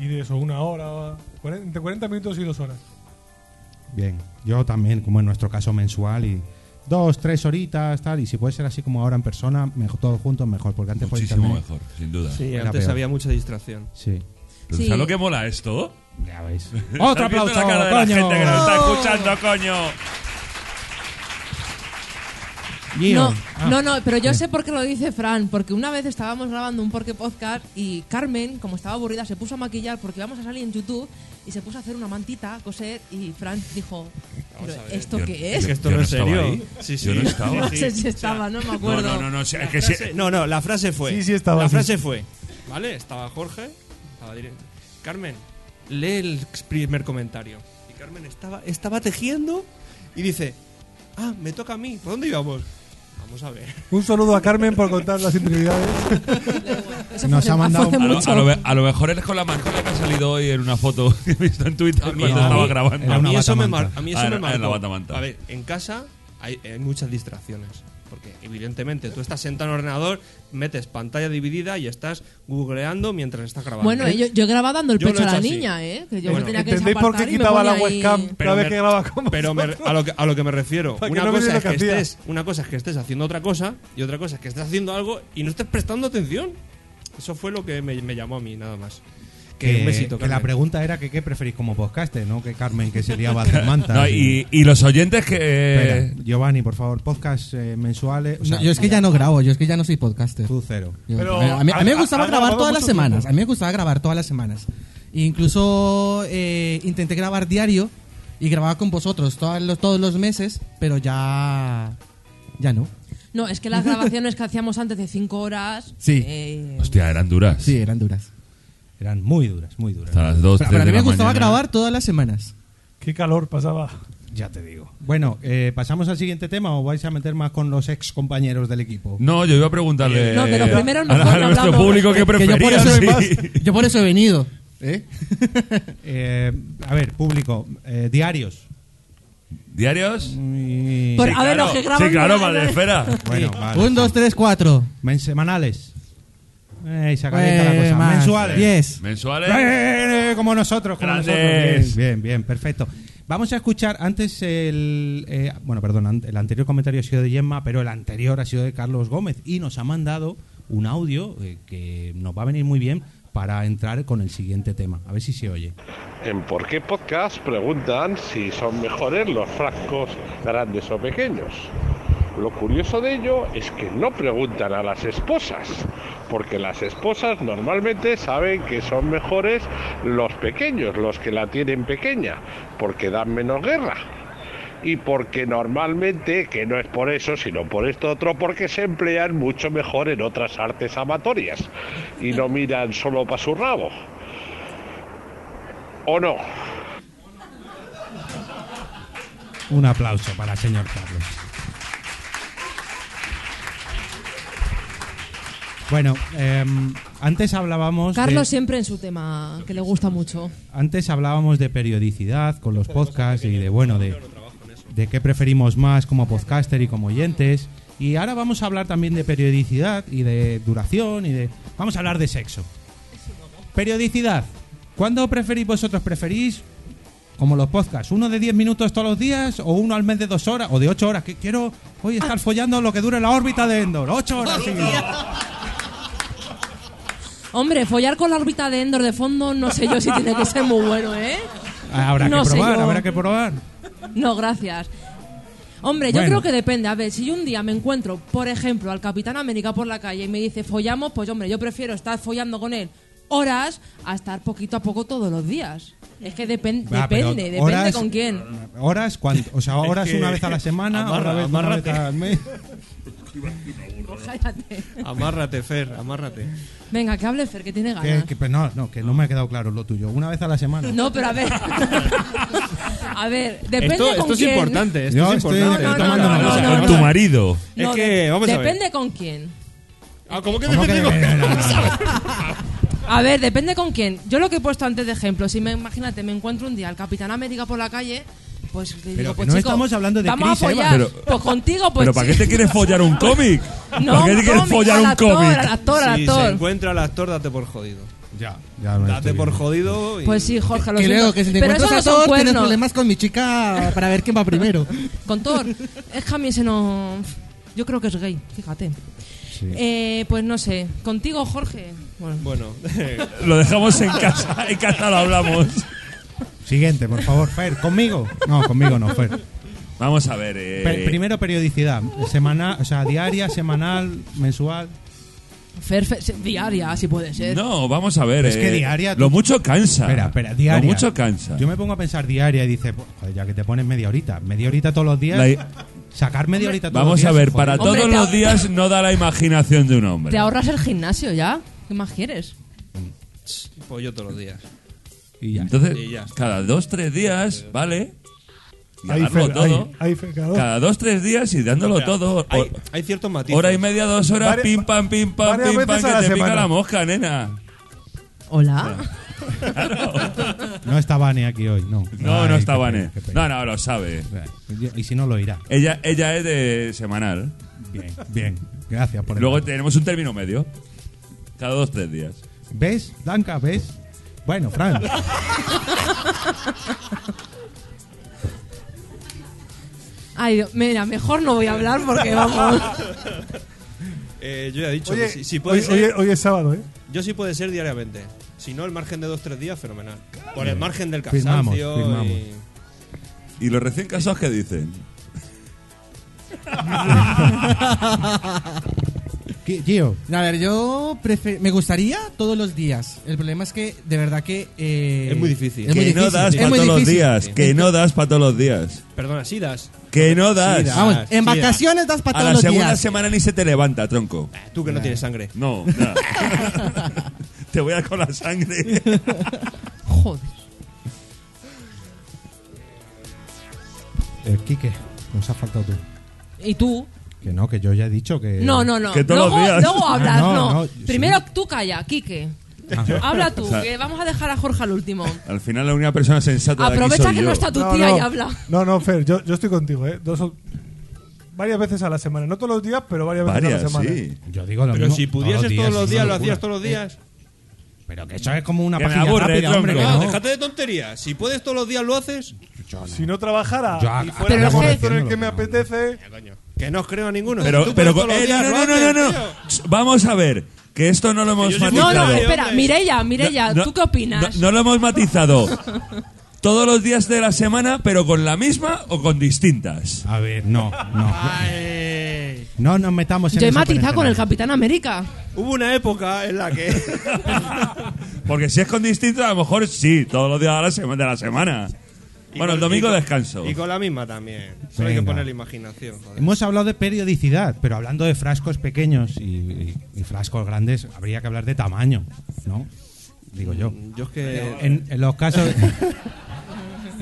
Speaker 8: y de eso, una hora, cuaren- entre 40 minutos y dos horas.
Speaker 2: bien. Yo también, como en nuestro caso, mensual y. Dos, tres horitas, tal. Y si puede ser así como ahora en persona, mejor, todos juntos, mejor. Porque antes por
Speaker 3: Muchísimo
Speaker 2: internet-
Speaker 3: mejor, sin duda.
Speaker 7: Sí,
Speaker 2: Era
Speaker 7: antes
Speaker 2: peor.
Speaker 7: había mucha distracción.
Speaker 2: Sí.
Speaker 3: Pero
Speaker 4: Sí.
Speaker 3: ¿Sabes lo que mola esto?
Speaker 2: Ya veis.
Speaker 3: ¿Estás
Speaker 2: ¡Otro
Speaker 3: viendo
Speaker 2: aplauso!
Speaker 3: la cara de la
Speaker 2: coño! Oh.
Speaker 3: gente que nos está escuchando, coño.
Speaker 2: Gio.
Speaker 4: No,
Speaker 2: Ah,
Speaker 4: no, no, pero yo sé por qué lo dice Fran, porque una vez estábamos grabando un Porqué Podcast y Carmen, como estaba aburrida, se puso a maquillar porque íbamos a salir en YouTube y se puso a hacer una mantita, a coser y Fran dijo, ¿Pero ¿esto qué es?
Speaker 7: Que esto
Speaker 3: Yo
Speaker 7: no es
Speaker 3: estaba
Speaker 7: serio.
Speaker 3: ahí.
Speaker 7: Sí, sí.
Speaker 3: Yo no estaba.
Speaker 4: No sé si estaba, no me
Speaker 3: No,
Speaker 4: acuerdo.
Speaker 3: no, no, no. sí, Es
Speaker 7: La
Speaker 3: que sí-
Speaker 7: frase- no, no, la frase fue.
Speaker 8: Sí, sí estaba,
Speaker 7: La
Speaker 8: sí.
Speaker 7: frase fue. ¿Vale? Estaba Jorge, estaba directo. Carmen, lee el primer comentario. Y Carmen estaba, estaba tejiendo y dice: Ah, me toca a mí. ¿Por dónde íbamos? Vamos a ver.
Speaker 8: Un saludo a Carmen por contar las interioridades.
Speaker 4: Eso
Speaker 2: Nos
Speaker 4: fue hace-
Speaker 2: ha mandado
Speaker 4: fue hace
Speaker 3: a lo,
Speaker 4: mucho.
Speaker 3: a lo ve- a lo mejor es con la mascota que ha salido hoy en una foto que he visto en Twitter
Speaker 7: mí-
Speaker 3: cuando
Speaker 7: a mí-
Speaker 3: estaba
Speaker 2: Era
Speaker 7: a
Speaker 3: grabando.
Speaker 2: una
Speaker 7: mí eso me,
Speaker 2: batamanta.
Speaker 7: mar- a mí eso
Speaker 3: Ah,
Speaker 7: me
Speaker 3: era- era
Speaker 7: marcó.
Speaker 3: la batamanta.
Speaker 7: A ver, en casa hay, hay muchas distracciones. Porque evidentemente tú estás sentado en el ordenador, metes pantalla dividida y estás googleando mientras estás grabando. ¿Eh?
Speaker 4: Bueno, yo, yo he grabado dando el
Speaker 7: Yo lo
Speaker 4: pecho
Speaker 7: he
Speaker 4: a la
Speaker 7: hecho así.
Speaker 4: niña, ¿eh? Que yo
Speaker 7: Bueno.
Speaker 4: me tenía que
Speaker 8: ¿Entendéis por qué
Speaker 4: desapartar y me
Speaker 8: quitaba la
Speaker 4: ponía
Speaker 8: webcam
Speaker 4: ahí-
Speaker 8: cada vez que graba con
Speaker 7: pero me-
Speaker 8: vosotros?
Speaker 7: a, lo que, a lo que me refiero.
Speaker 8: Para que
Speaker 7: Una,
Speaker 8: no
Speaker 7: cosa
Speaker 8: viese
Speaker 7: es
Speaker 8: lo
Speaker 7: que
Speaker 8: que hacía.
Speaker 7: estés, una cosa es que estés haciendo otra cosa y otra cosa es que estés haciendo algo y no estés prestando atención. Eso fue lo que me, me llamó a mí, nada más. Que,
Speaker 2: Que,
Speaker 7: un besito,
Speaker 2: que la
Speaker 7: Carmen.
Speaker 2: pregunta era que qué preferís como podcaster, ¿no? Que Carmen que se liaba de manta.
Speaker 3: No, y, y los oyentes que.
Speaker 2: Espera, Giovanni, por favor, podcast eh, mensuales. O sea,
Speaker 5: Eh, No, yo es que ya no grabo, yo es que ya no soy podcaster.
Speaker 2: Tú cero.
Speaker 5: Yo- eh,
Speaker 8: Pero
Speaker 5: a, mí, a mí me
Speaker 8: ha-
Speaker 5: gustaba
Speaker 8: ha
Speaker 5: grabar
Speaker 8: grabado
Speaker 5: todas las
Speaker 8: mucho
Speaker 5: semanas.
Speaker 8: tiempo.
Speaker 5: A mí me gustaba grabar todas las semanas. Incluso eh, intenté grabar diario y grababa con vosotros todos los, todos los meses, pero ya. Ya no.
Speaker 4: No, es que las grabaciones que hacíamos antes de cinco horas...
Speaker 5: Sí.
Speaker 4: eh,
Speaker 3: Hostia, eran duras.
Speaker 5: Sí, eran duras.
Speaker 2: Eran muy duras, muy duras.
Speaker 3: Hasta las 2,
Speaker 5: Pero
Speaker 3: 3
Speaker 5: para mí
Speaker 3: de
Speaker 5: me
Speaker 3: la
Speaker 5: gustaba
Speaker 3: mañana.
Speaker 5: grabar todas las semanas.
Speaker 8: Qué calor pasaba.
Speaker 2: Ya te digo. Bueno, eh, ¿pasamos al siguiente tema o vais a meter más con los ex compañeros del equipo?
Speaker 3: No, yo iba a preguntarle
Speaker 4: No, de los primeros
Speaker 3: a,
Speaker 4: mejor
Speaker 3: a
Speaker 4: no
Speaker 3: nuestro
Speaker 4: hablamos.
Speaker 3: público qué
Speaker 5: Que yo, por
Speaker 3: prefería.
Speaker 5: eso
Speaker 3: sí.
Speaker 5: yo por eso he venido. ¿eh?
Speaker 2: Eh, a ver, público, eh, diarios.
Speaker 3: ¿Diarios?
Speaker 2: Y-
Speaker 4: Por-
Speaker 3: Sí,
Speaker 4: a ver,
Speaker 3: claro.
Speaker 4: los que graban-
Speaker 3: Sí, claro, madre, espera.
Speaker 2: Bueno, vale.
Speaker 5: Un, dos, tres, cuatro.
Speaker 2: Men- semanales. Eh, se calienta la
Speaker 5: Eh,
Speaker 2: cosa.
Speaker 5: más.
Speaker 2: Mensuales.
Speaker 5: Diez.
Speaker 3: ¿Mensuales?
Speaker 2: Eh, eh, como nosotros, como
Speaker 3: Grandes.
Speaker 2: nosotros. Bien, bien, bien, perfecto. Vamos a escuchar antes el. eh, bueno, perdón, an- el anterior comentario ha sido de Gemma, pero el anterior ha sido de Carlos Gómez y nos ha mandado un audio eh, que nos va a venir muy bien para entrar con el siguiente tema. A ver si se oye.
Speaker 11: En Por qué Podcast preguntan si son mejores los frascos grandes o pequeños. Lo curioso de ello es que no preguntan a las esposas, porque las esposas normalmente saben que son mejores los pequeños, los que la tienen pequeña, porque dan menos guerra y porque normalmente, que no es por eso, sino por esto otro, porque se emplean mucho mejor en otras artes amatorias y no miran solo para su rabo. ¿O no?
Speaker 2: Un aplauso para el señor Carlos. Bueno, em, antes hablábamos. de-
Speaker 4: Carlos siempre en su tema, que le gusta mucho.
Speaker 2: Antes hablábamos de periodicidad con los podcasts y de bueno de, de qué preferimos más como podcaster y como oyentes. Y ahora vamos a hablar también de periodicidad y de duración y de vamos a hablar de sexo. Periodicidad. ¿Cuándo preferís vosotros? ¿Preferís como los podcasts? ¿Uno de 10 minutos todos los días? ¿O uno al mes de 2 horas? ¿O de 8 horas? Que quiero hoy estar follando lo que dure la órbita de Endor. 8 horas seguidas.
Speaker 4: Hombre, follar con la órbita de Endor de fondo, no sé yo si tiene que ser muy bueno, ¿eh?
Speaker 2: Habrá
Speaker 4: No
Speaker 2: que
Speaker 4: sé
Speaker 2: probar,
Speaker 4: yo.
Speaker 2: habrá que probar.
Speaker 4: No, gracias. Hombre, yo
Speaker 2: Bueno.
Speaker 4: creo que depende. A ver, si yo un día me encuentro, por ejemplo, al Capitán América por la calle y me dice follamos, pues hombre, yo prefiero estar follando con él horas a estar poquito a poco todos los días. Es que depen-
Speaker 2: Va, Ah, pero
Speaker 4: depende, depende
Speaker 2: horas-
Speaker 4: con quién.
Speaker 2: ¿Horas? ¿Cuánto? O sea, horas
Speaker 7: que-
Speaker 2: una vez a la semana,
Speaker 7: Amarra,
Speaker 2: otra vez una
Speaker 7: amárrate.
Speaker 2: vez al mes.
Speaker 4: Cállate.
Speaker 7: Amárrate, Fer, amárrate.
Speaker 4: Venga, que hable Fer, que
Speaker 3: Ah,
Speaker 4: tiene
Speaker 2: Que,
Speaker 4: ganas.
Speaker 2: que- pero no, no, que no me ha quedado claro lo tuyo. Una vez a la semana.
Speaker 4: No, pero a ver. a ver, depende
Speaker 7: esto
Speaker 4: con
Speaker 7: esto es
Speaker 4: quién.
Speaker 7: importante, esto
Speaker 2: Yo
Speaker 7: es
Speaker 2: estoy-
Speaker 7: importante.
Speaker 2: No, no,
Speaker 7: Estamos
Speaker 2: no,
Speaker 7: hablando-
Speaker 4: no,
Speaker 7: o sea,
Speaker 4: no,
Speaker 7: con
Speaker 3: Tu
Speaker 7: tu-
Speaker 3: marido.
Speaker 7: Es
Speaker 4: No,
Speaker 7: que, vamos a ver.
Speaker 4: Depende con quién.
Speaker 7: Ah, ¿Cómo que
Speaker 2: ¿Cómo que
Speaker 7: depende con
Speaker 2: depende? No, no, no.
Speaker 4: A ver, depende con quién. Yo lo que he puesto antes de ejemplo, si me imagínate, me encuentro un día al Capitán América por la calle, pues le digo,
Speaker 2: que
Speaker 4: pues
Speaker 2: no
Speaker 4: chico,
Speaker 2: estamos hablando de
Speaker 4: vamos
Speaker 2: Chris
Speaker 4: a follar.
Speaker 3: Evans. Pero-
Speaker 4: pues contigo, pues
Speaker 3: ¿Pero para qué
Speaker 4: sí.
Speaker 3: te quieres follar un cómic?
Speaker 4: No,
Speaker 3: ¿Para qué te
Speaker 4: un
Speaker 3: quieres
Speaker 4: cómic,
Speaker 3: follar
Speaker 4: al
Speaker 3: un
Speaker 4: actor,
Speaker 3: cómic?
Speaker 4: Al actor, al
Speaker 7: Si se
Speaker 4: actor.
Speaker 7: encuentra al actor, date por jodido.
Speaker 3: Pues
Speaker 2: Ya, ya lo
Speaker 7: Date
Speaker 2: estoy
Speaker 7: por
Speaker 2: viendo.
Speaker 7: jodido y.
Speaker 4: Pues sí, Jorge, lo
Speaker 5: Creo
Speaker 4: siento.
Speaker 5: que si te
Speaker 4: Pero eso
Speaker 5: encuentras
Speaker 4: no
Speaker 5: a
Speaker 4: son
Speaker 5: todos tienes
Speaker 4: cuernos.
Speaker 5: problemas con mi chica para ver quién va primero.
Speaker 4: Con Thor. Es que a mí ese no... Yo creo que es gay, fíjate. Eh, pues no sé. Contigo, Jorge. Bueno,
Speaker 7: Bueno,
Speaker 3: Lo dejamos en casa, en casa lo hablamos.
Speaker 2: Siguiente, por favor, Fer. ¿Conmigo? No, conmigo no, Fer.
Speaker 3: Vamos a ver. eh,
Speaker 2: Per- primero periodicidad. Semana, o sea, diaria, semanal, mensual.
Speaker 4: Fer, Fer, se- diaria, si puede ser.
Speaker 3: No, vamos a ver.
Speaker 2: Es que
Speaker 3: eh,
Speaker 2: diaria-
Speaker 3: Lo mucho cansa.
Speaker 2: Espera, espera, diaria.
Speaker 3: Lo Ah. mucho cansa.
Speaker 2: Yo me pongo a pensar diaria y dice, pues, joder, ya que te pones media horita, media horita todos los días.
Speaker 3: La-
Speaker 2: Sacar media horita todos los
Speaker 3: Vamos
Speaker 2: días.
Speaker 3: a ver,
Speaker 2: joder.
Speaker 3: para
Speaker 4: Hombre,
Speaker 3: todos
Speaker 4: te-
Speaker 3: los días no da la imaginación de un
Speaker 4: Te
Speaker 3: hombre.
Speaker 4: ahorras el gimnasio ya. ¿Qué más quieres?
Speaker 7: pollo todos los días.
Speaker 2: Y ya.
Speaker 3: Entonces,
Speaker 7: Y ya.
Speaker 3: cada dos, tres días, ¿vale? Y
Speaker 8: Ahí,
Speaker 3: darlo
Speaker 8: Fer,
Speaker 3: todo.
Speaker 8: ahí, Oh. ahí, Fer, cada dos.
Speaker 3: Cada dos, tres días y dándolo todo. o-
Speaker 7: Hay, hay ciertos matices.
Speaker 3: Hora y media, dos horas,
Speaker 8: Varias-
Speaker 3: pim, pam, pim, pam,
Speaker 8: varias
Speaker 3: pim, pam,
Speaker 8: veces a
Speaker 3: que
Speaker 8: la
Speaker 3: te pica
Speaker 8: semana.
Speaker 3: la mosca, nena.
Speaker 4: Hola.
Speaker 2: No está Vane aquí hoy, no.
Speaker 3: No,
Speaker 2: Ay,
Speaker 3: no
Speaker 2: qué
Speaker 3: está
Speaker 2: pena,
Speaker 3: Vane.
Speaker 2: qué pena.
Speaker 3: No, no, lo sabe.
Speaker 2: Y si no, lo irá.
Speaker 3: Ella, ella es de semanal.
Speaker 2: Bien, bien. Gracias por el
Speaker 3: Luego
Speaker 2: dato.
Speaker 3: tenemos un término medio. Cada dos, tres días.
Speaker 2: ¿Ves, Blanca? ¿Ves? Bueno, Fran.
Speaker 4: Ay, Dios, mira, mejor no voy a hablar porque vamos.
Speaker 7: Eh, yo ya he dicho
Speaker 8: Oye,
Speaker 7: que si, si puede
Speaker 8: hoy,
Speaker 7: ser,
Speaker 8: hoy- hoy es sábado, ¿eh?
Speaker 7: yo sí puede ser diariamente. Si no, el margen de dos tres días, fenomenal. Por el margen del
Speaker 2: Firmamos,
Speaker 7: cansancio
Speaker 2: firmamos.
Speaker 7: y-
Speaker 3: ¿Y los recién casados qué dicen?
Speaker 2: Gi- Gio,
Speaker 5: A ver, yo prefe- me gustaría todos los días. El problema es que, de verdad que... eh,
Speaker 7: Es muy difícil.
Speaker 5: es
Speaker 3: que
Speaker 5: muy
Speaker 3: no
Speaker 5: difícil,
Speaker 3: das
Speaker 5: es
Speaker 3: para
Speaker 5: muy
Speaker 3: todos los
Speaker 5: difícil.
Speaker 3: días. Que no das para todos los días.
Speaker 7: Perdona, si das.
Speaker 3: Que no das.
Speaker 7: das.
Speaker 5: Vamos,
Speaker 7: Sí,
Speaker 5: en vacaciones das para
Speaker 3: Ah, A la
Speaker 5: todos los
Speaker 3: segunda
Speaker 5: días.
Speaker 3: semana ni se te levanta, tronco.
Speaker 7: Tú que no tienes sangre.
Speaker 3: No, nada. Te voy a dar con la sangre.
Speaker 4: Joder.
Speaker 2: el eh, Quique, nos has faltado tú.
Speaker 4: ¿Y tú?
Speaker 2: Que no, que yo ya he dicho que.
Speaker 4: No, no, no.
Speaker 3: Eh, que todos
Speaker 4: luego,
Speaker 3: los días.
Speaker 4: luego hablas,
Speaker 2: Ah, no,
Speaker 4: no.
Speaker 2: no, yo
Speaker 4: Primero tú calla, Quique. Habla tú,
Speaker 3: Ah, O sea-
Speaker 4: que vamos a dejar a Jorge al último.
Speaker 3: Al final la única persona sensata de aquí
Speaker 4: Aprovecha
Speaker 3: soy
Speaker 4: que
Speaker 3: yo.
Speaker 4: no está tu
Speaker 8: No,
Speaker 4: tía
Speaker 8: no.
Speaker 4: y habla.
Speaker 8: No, no, Fer, yo, yo estoy contigo, ¿eh? Dos, o- varias veces a la semana. No todos los días, pero varias veces a
Speaker 3: Varias,
Speaker 8: la semana.
Speaker 3: sí.
Speaker 2: Yo digo lo
Speaker 7: Pero
Speaker 2: mismo
Speaker 7: si pudieses todos los
Speaker 2: es
Speaker 7: días,
Speaker 2: una locura.
Speaker 7: lo
Speaker 2: Eh,
Speaker 7: hacías todos los días.
Speaker 2: Pero que eso es como una
Speaker 3: Que me
Speaker 2: página
Speaker 3: aburre,
Speaker 2: rápida, hombre.
Speaker 3: tronco.
Speaker 2: que
Speaker 7: No,
Speaker 2: no.
Speaker 7: déjate de tonterías. Si puedes todos los días, lo haces.
Speaker 8: Si no trabajara
Speaker 2: Yo a-
Speaker 8: y
Speaker 2: pero
Speaker 8: fuera el
Speaker 2: es que-
Speaker 8: momento en el que me apetece,
Speaker 7: Que no os creo a ninguno.
Speaker 3: Pero,
Speaker 7: Tú
Speaker 3: pero,
Speaker 7: puedes todos
Speaker 3: eh,
Speaker 7: los días,
Speaker 3: no,
Speaker 7: lo
Speaker 3: no, no,
Speaker 7: haces,
Speaker 3: no, no.
Speaker 7: tío.
Speaker 3: Ch, Vamos a ver, que esto no lo hemos
Speaker 7: yo soy
Speaker 4: No,
Speaker 3: matizado.
Speaker 4: no,
Speaker 7: Claro.
Speaker 4: espera, Mireia, Mireia,
Speaker 3: No,
Speaker 4: ¿tú qué opinas?
Speaker 3: No, no lo hemos matizado. Todos los días de la semana, pero con la misma o con distintas.
Speaker 2: A ver, no, no. No nos metamos en
Speaker 4: Yo he
Speaker 2: eso,
Speaker 4: matizado con el
Speaker 2: Perencenario.
Speaker 4: Capitán América.
Speaker 7: Hubo una época en la que.
Speaker 3: Porque si es con distintas, a lo mejor sí, todos los días de la semana. De la semana.
Speaker 7: Y
Speaker 3: Bueno, el
Speaker 7: con-
Speaker 3: domingo
Speaker 7: y con-
Speaker 3: descanso.
Speaker 7: Y con la misma también. Solo hay que
Speaker 2: Venga.
Speaker 7: poner la imaginación. joder.
Speaker 2: Hemos hablado de periodicidad, pero hablando de frascos pequeños y, y- y frascos grandes, habría que hablar de tamaño, ¿no? Digo yo.
Speaker 7: Yo es que.
Speaker 2: En, en los casos.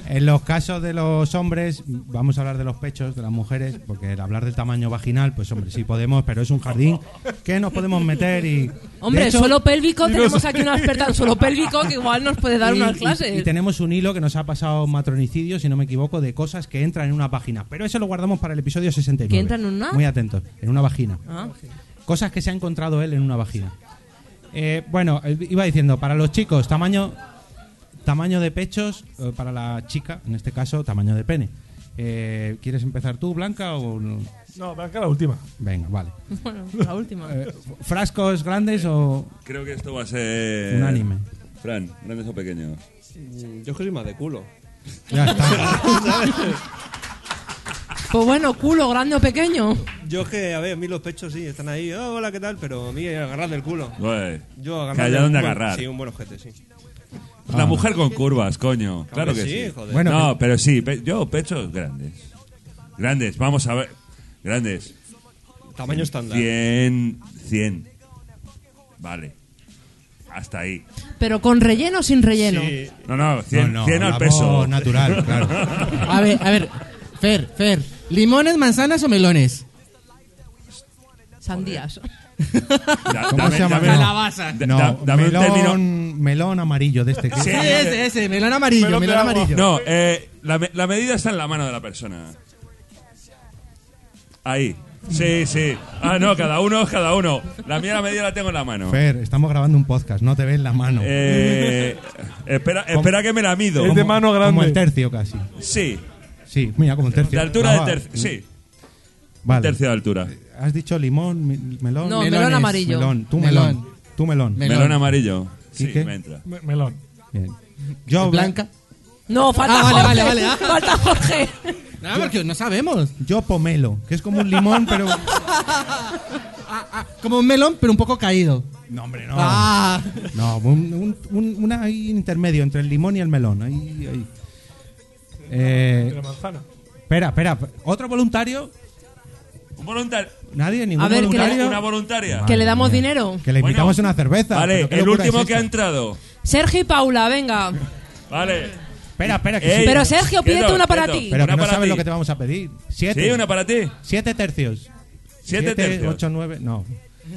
Speaker 2: En los casos de los hombres, vamos a hablar de los pechos de las mujeres, porque el hablar del tamaño vaginal, pues hombre, sí podemos, pero es un jardín que nos podemos meter y.
Speaker 4: Hombre,
Speaker 2: de hecho-
Speaker 4: suelo pélvico, tenemos aquí una experta en suelo pélvico que igual nos puede dar
Speaker 2: y-
Speaker 4: unas
Speaker 2: y-
Speaker 4: clases.
Speaker 2: Y, tenemos un hilo que nos ha pasado matronicidio, si no me equivoco, de cosas que entran en una página. Pero eso lo guardamos para el episodio 69.
Speaker 4: ¿Que entran en una?
Speaker 2: Muy atentos, en una vagina.
Speaker 4: Ah.
Speaker 2: Cosas que se ha encontrado él en una vagina. Eh, bueno, eh, iba diciendo, para los chicos, tamaño, tamaño de pechos, eh, para la chica, en este caso, tamaño de pene. Eh, ¿Quieres empezar tú, Blanca? O... no?
Speaker 8: No, Blanca, la última.
Speaker 2: Venga, vale. Eh,
Speaker 4: Bueno, la última.
Speaker 2: ¿Frascos grandes o...?
Speaker 3: Creo que esto va a ser.
Speaker 2: Unánime.
Speaker 3: Fran, ¿grandes o pequeños?
Speaker 7: Mm, Yo es que soy más de culo.
Speaker 2: Ya está.
Speaker 4: Pues bueno, culo grande o pequeño.
Speaker 7: Yo es que, a ver, a mí los pechos sí están ahí. "Oh, hola, ¿qué tal? Pero a mí agarrar del culo.
Speaker 3: Güey.
Speaker 7: Yo
Speaker 3: Que
Speaker 7: agarrar
Speaker 3: haya
Speaker 7: del-
Speaker 3: donde
Speaker 7: bueno,
Speaker 3: agarrar.
Speaker 7: Sí, un buen objeto, sí.
Speaker 3: La mujer con curvas, coño. Claro
Speaker 7: que
Speaker 3: que
Speaker 7: sí,
Speaker 3: sí.
Speaker 7: joder.
Speaker 2: Ah. Bueno,
Speaker 3: no, pero sí, pe- yo pechos grandes. Grandes, vamos a ver. Grandes.
Speaker 7: Tamaño estándar.
Speaker 3: 100, 100. Vale. Hasta ahí.
Speaker 4: Pero con relleno o sin relleno.
Speaker 7: Sí.
Speaker 3: No, no, 100,
Speaker 2: No, no,
Speaker 3: 100 al
Speaker 2: hablamos
Speaker 3: peso.
Speaker 2: natural, claro.
Speaker 5: A ver, a ver. Fer, Fer. ¿Limones, manzanas o melones?
Speaker 4: Sandías.
Speaker 3: Da-
Speaker 2: ¿Cómo
Speaker 3: dame-
Speaker 2: se llama?
Speaker 3: dame-
Speaker 2: No.
Speaker 5: Calabaza.
Speaker 3: da-
Speaker 2: No,
Speaker 3: da- dame un término.
Speaker 2: melón, melón amarillo de este. que-
Speaker 3: Sí, eh.
Speaker 5: Sí, ese, ese. Melón amarillo, melón,
Speaker 8: Melón de agua.
Speaker 5: amarillo.
Speaker 3: No, eh, la, me- la medida está en la mano de la persona. Ahí. Sí, sí. Ah, no, cada uno es cada uno. La mía la medida la tengo en la mano.
Speaker 2: Fer, estamos grabando un podcast, no te ves la mano.
Speaker 3: Eh, espera, espera que me la mido.
Speaker 8: Es de mano
Speaker 2: Como el
Speaker 8: grande.
Speaker 2: tercio casi.
Speaker 3: Sí,
Speaker 2: Sí, mira, como el tercio.
Speaker 3: de altura
Speaker 2: Ah,
Speaker 3: de tercio. Sí,
Speaker 2: Vale.
Speaker 3: tercio de altura.
Speaker 2: Has dicho limón, mi- melón.
Speaker 4: No, melón
Speaker 5: Melones,
Speaker 4: amarillo.
Speaker 2: Melón, tú melón.
Speaker 5: Melón.
Speaker 2: Tú melón.
Speaker 5: Melón.
Speaker 3: Melón, amarillo. Sí,
Speaker 2: ¿Quique?
Speaker 3: me entra.
Speaker 8: Me- Melón.
Speaker 2: Bien. Yo,
Speaker 5: Blanca.
Speaker 4: No, falta
Speaker 5: Ah, vale,
Speaker 4: Jorge.
Speaker 5: vale, vale, ah.
Speaker 4: Falta Jorge.
Speaker 5: No, porque no sabemos.
Speaker 2: Yo pomelo, que es como un limón, pero.
Speaker 5: Ah, ah, como un melón, pero un poco caído.
Speaker 2: No, hombre, no.
Speaker 5: Ah.
Speaker 2: No, un, un, un- una- hay un intermedio entre el limón y el melón. Ahí, ahí. Eh,
Speaker 8: De la manzana.
Speaker 2: espera, espera. ¿Otro voluntario?
Speaker 3: Un voluntario.
Speaker 2: Nadie, ningún
Speaker 4: A ver, que le-
Speaker 2: voluntario.
Speaker 3: Una voluntaria.
Speaker 4: Que le damos dinero.
Speaker 2: Que le
Speaker 3: Bueno.
Speaker 2: invitamos una cerveza.
Speaker 3: Vale,
Speaker 2: pero qué
Speaker 3: el
Speaker 2: locura
Speaker 3: último
Speaker 2: es
Speaker 3: que ha
Speaker 2: esta.
Speaker 3: entrado.
Speaker 4: Sergio y Paula, venga.
Speaker 3: Vale.
Speaker 2: Espera, espera, que
Speaker 3: Ey,
Speaker 2: sí.
Speaker 4: Pero Sergio,
Speaker 3: quieto,
Speaker 4: pídete una para
Speaker 3: quieto.
Speaker 4: ti.
Speaker 2: Pero que
Speaker 3: una
Speaker 2: no
Speaker 3: para
Speaker 2: sabes
Speaker 3: ti.
Speaker 2: lo que te vamos a pedir. Siete.
Speaker 3: Sí, una para ti.
Speaker 2: Siete tercios.
Speaker 3: Siete tercios.
Speaker 2: Ocho, nueve. No.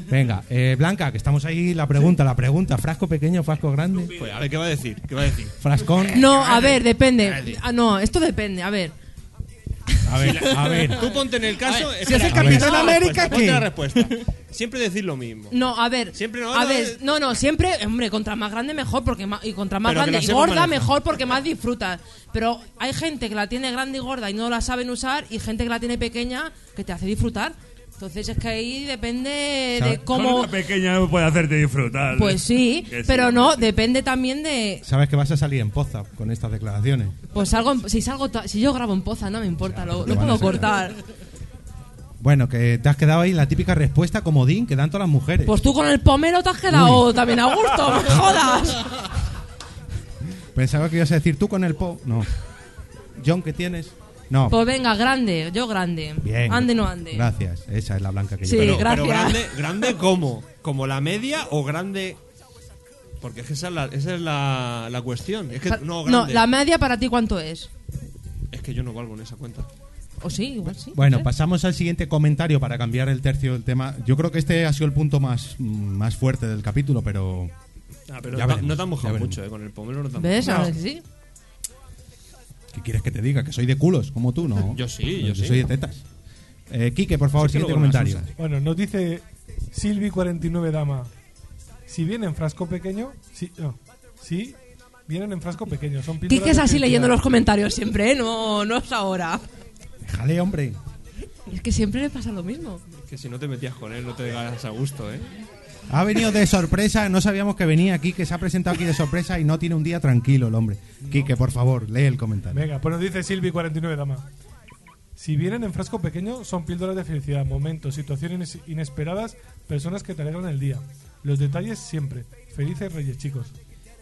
Speaker 2: Venga, eh, Blanca, que estamos ahí. La pregunta, la pregunta. ¿Frasco pequeño, frasco grande?
Speaker 7: Pues, a ver, ¿qué va a decir? ¿Qué va a decir?
Speaker 2: Frascón.
Speaker 4: No, a ver, depende. Ah, no, esto depende. A ver.
Speaker 2: A ver, a ver.
Speaker 7: Tú ponte en el caso.
Speaker 5: si es el
Speaker 7: espera,
Speaker 5: Capitán
Speaker 7: ponte la
Speaker 5: América,
Speaker 7: respuesta, ponte
Speaker 5: ¿qué?
Speaker 7: la respuesta. Siempre decir lo mismo.
Speaker 4: No, a ver.
Speaker 7: Siempre no,
Speaker 4: a
Speaker 7: no,
Speaker 4: ver,
Speaker 7: eh.
Speaker 4: no, no, siempre, hombre, contra más grande mejor porque más, y contra más
Speaker 7: Pero que la
Speaker 4: grande y
Speaker 7: sepa
Speaker 4: gorda
Speaker 7: manejar.
Speaker 4: mejor porque más disfrutas. Pero hay gente que la tiene grande y gorda y no la saben usar y gente que la tiene pequeña que te hace disfrutar. Entonces es que ahí depende
Speaker 2: ¿Sabe?
Speaker 4: de cómo
Speaker 3: Una pequeña puede hacerte disfrutar.
Speaker 4: Pues sí,
Speaker 3: Que
Speaker 4: pero no, depende también de
Speaker 2: Sabes que vas a salir en poza con estas declaraciones.
Speaker 4: pues algo en- si salgo ta- si yo grabo en poza no me importa, lo,
Speaker 2: te
Speaker 4: lo
Speaker 2: van a
Speaker 4: puedo
Speaker 2: sacar.
Speaker 4: cortar.
Speaker 2: Bueno, que te has quedado ahí la típica respuesta comodín que dan todas las mujeres.
Speaker 4: Pues tú con el pomelo te has quedado también a gusto, me jodas.
Speaker 2: Pensaba que ibas a decir tú con el po. No. John, ¿qué tienes? No.
Speaker 4: Pues venga, grande, yo grande.
Speaker 2: Bien.
Speaker 4: Ande no ande.
Speaker 2: Gracias. Esa es la Blanca que
Speaker 4: Sí,
Speaker 2: yo
Speaker 7: Pero,
Speaker 2: conozco.
Speaker 4: gracias.
Speaker 7: pero grande, grande ¿cómo? ¿Como la media o grande...? Porque es que esa es la, esa es la, la cuestión. Es que no, grande.
Speaker 4: la media para ti cuánto es?
Speaker 7: Es que yo no valgo en esa cuenta.
Speaker 4: O sí, igual sí. ¿eh?
Speaker 2: Bueno,
Speaker 4: no sé.
Speaker 2: pasamos al siguiente comentario para cambiar el tercio del tema. Yo creo que este ha sido el punto más, mm, más fuerte del capítulo, pero
Speaker 7: Ah, pero
Speaker 2: Ya
Speaker 7: ta-
Speaker 2: veremos,
Speaker 7: no te has
Speaker 2: ya
Speaker 7: mojado
Speaker 2: veremos.
Speaker 7: mucho, eh, con el pomelo no te has
Speaker 4: ¿Ves?
Speaker 7: mojado.
Speaker 4: Ahora que sí.
Speaker 2: ¿qué quieres que te diga? Que soy de culos, como tú, ¿no?
Speaker 7: Yo sí,
Speaker 2: No,
Speaker 7: yo sí.
Speaker 2: soy de tetas. Eh, Quique, por favor,
Speaker 7: Sí, que
Speaker 2: siguiente
Speaker 7: luego las
Speaker 2: comentario.
Speaker 7: usas.
Speaker 8: Bueno, nos dice Silvi49 Dama. Si vienen en frasco pequeño, sí. No, sí, vienen en frasco pequeño. Son píldoras
Speaker 4: Quique es
Speaker 8: de
Speaker 4: así
Speaker 8: felicidad.
Speaker 4: leyendo los comentarios siempre, ¿eh? no no es ahora.
Speaker 2: Déjale, hombre.
Speaker 4: Es que siempre le pasa lo mismo.
Speaker 7: Es que si no te metías con él no te ganas a gusto, ¿eh?
Speaker 2: Ha venido de sorpresa, no sabíamos que venía aquí, que se ha presentado aquí de sorpresa y no tiene un día tranquilo el hombre. Quique, por favor, lee el comentario.
Speaker 8: Venga, pues nos dice Silvi49 Dama. Si vienen en frasco pequeño, son píldoras de felicidad, momentos, situaciones ines- inesperadas, personas que te alegran el día. Los detalles siempre. Felices Reyes, chicos.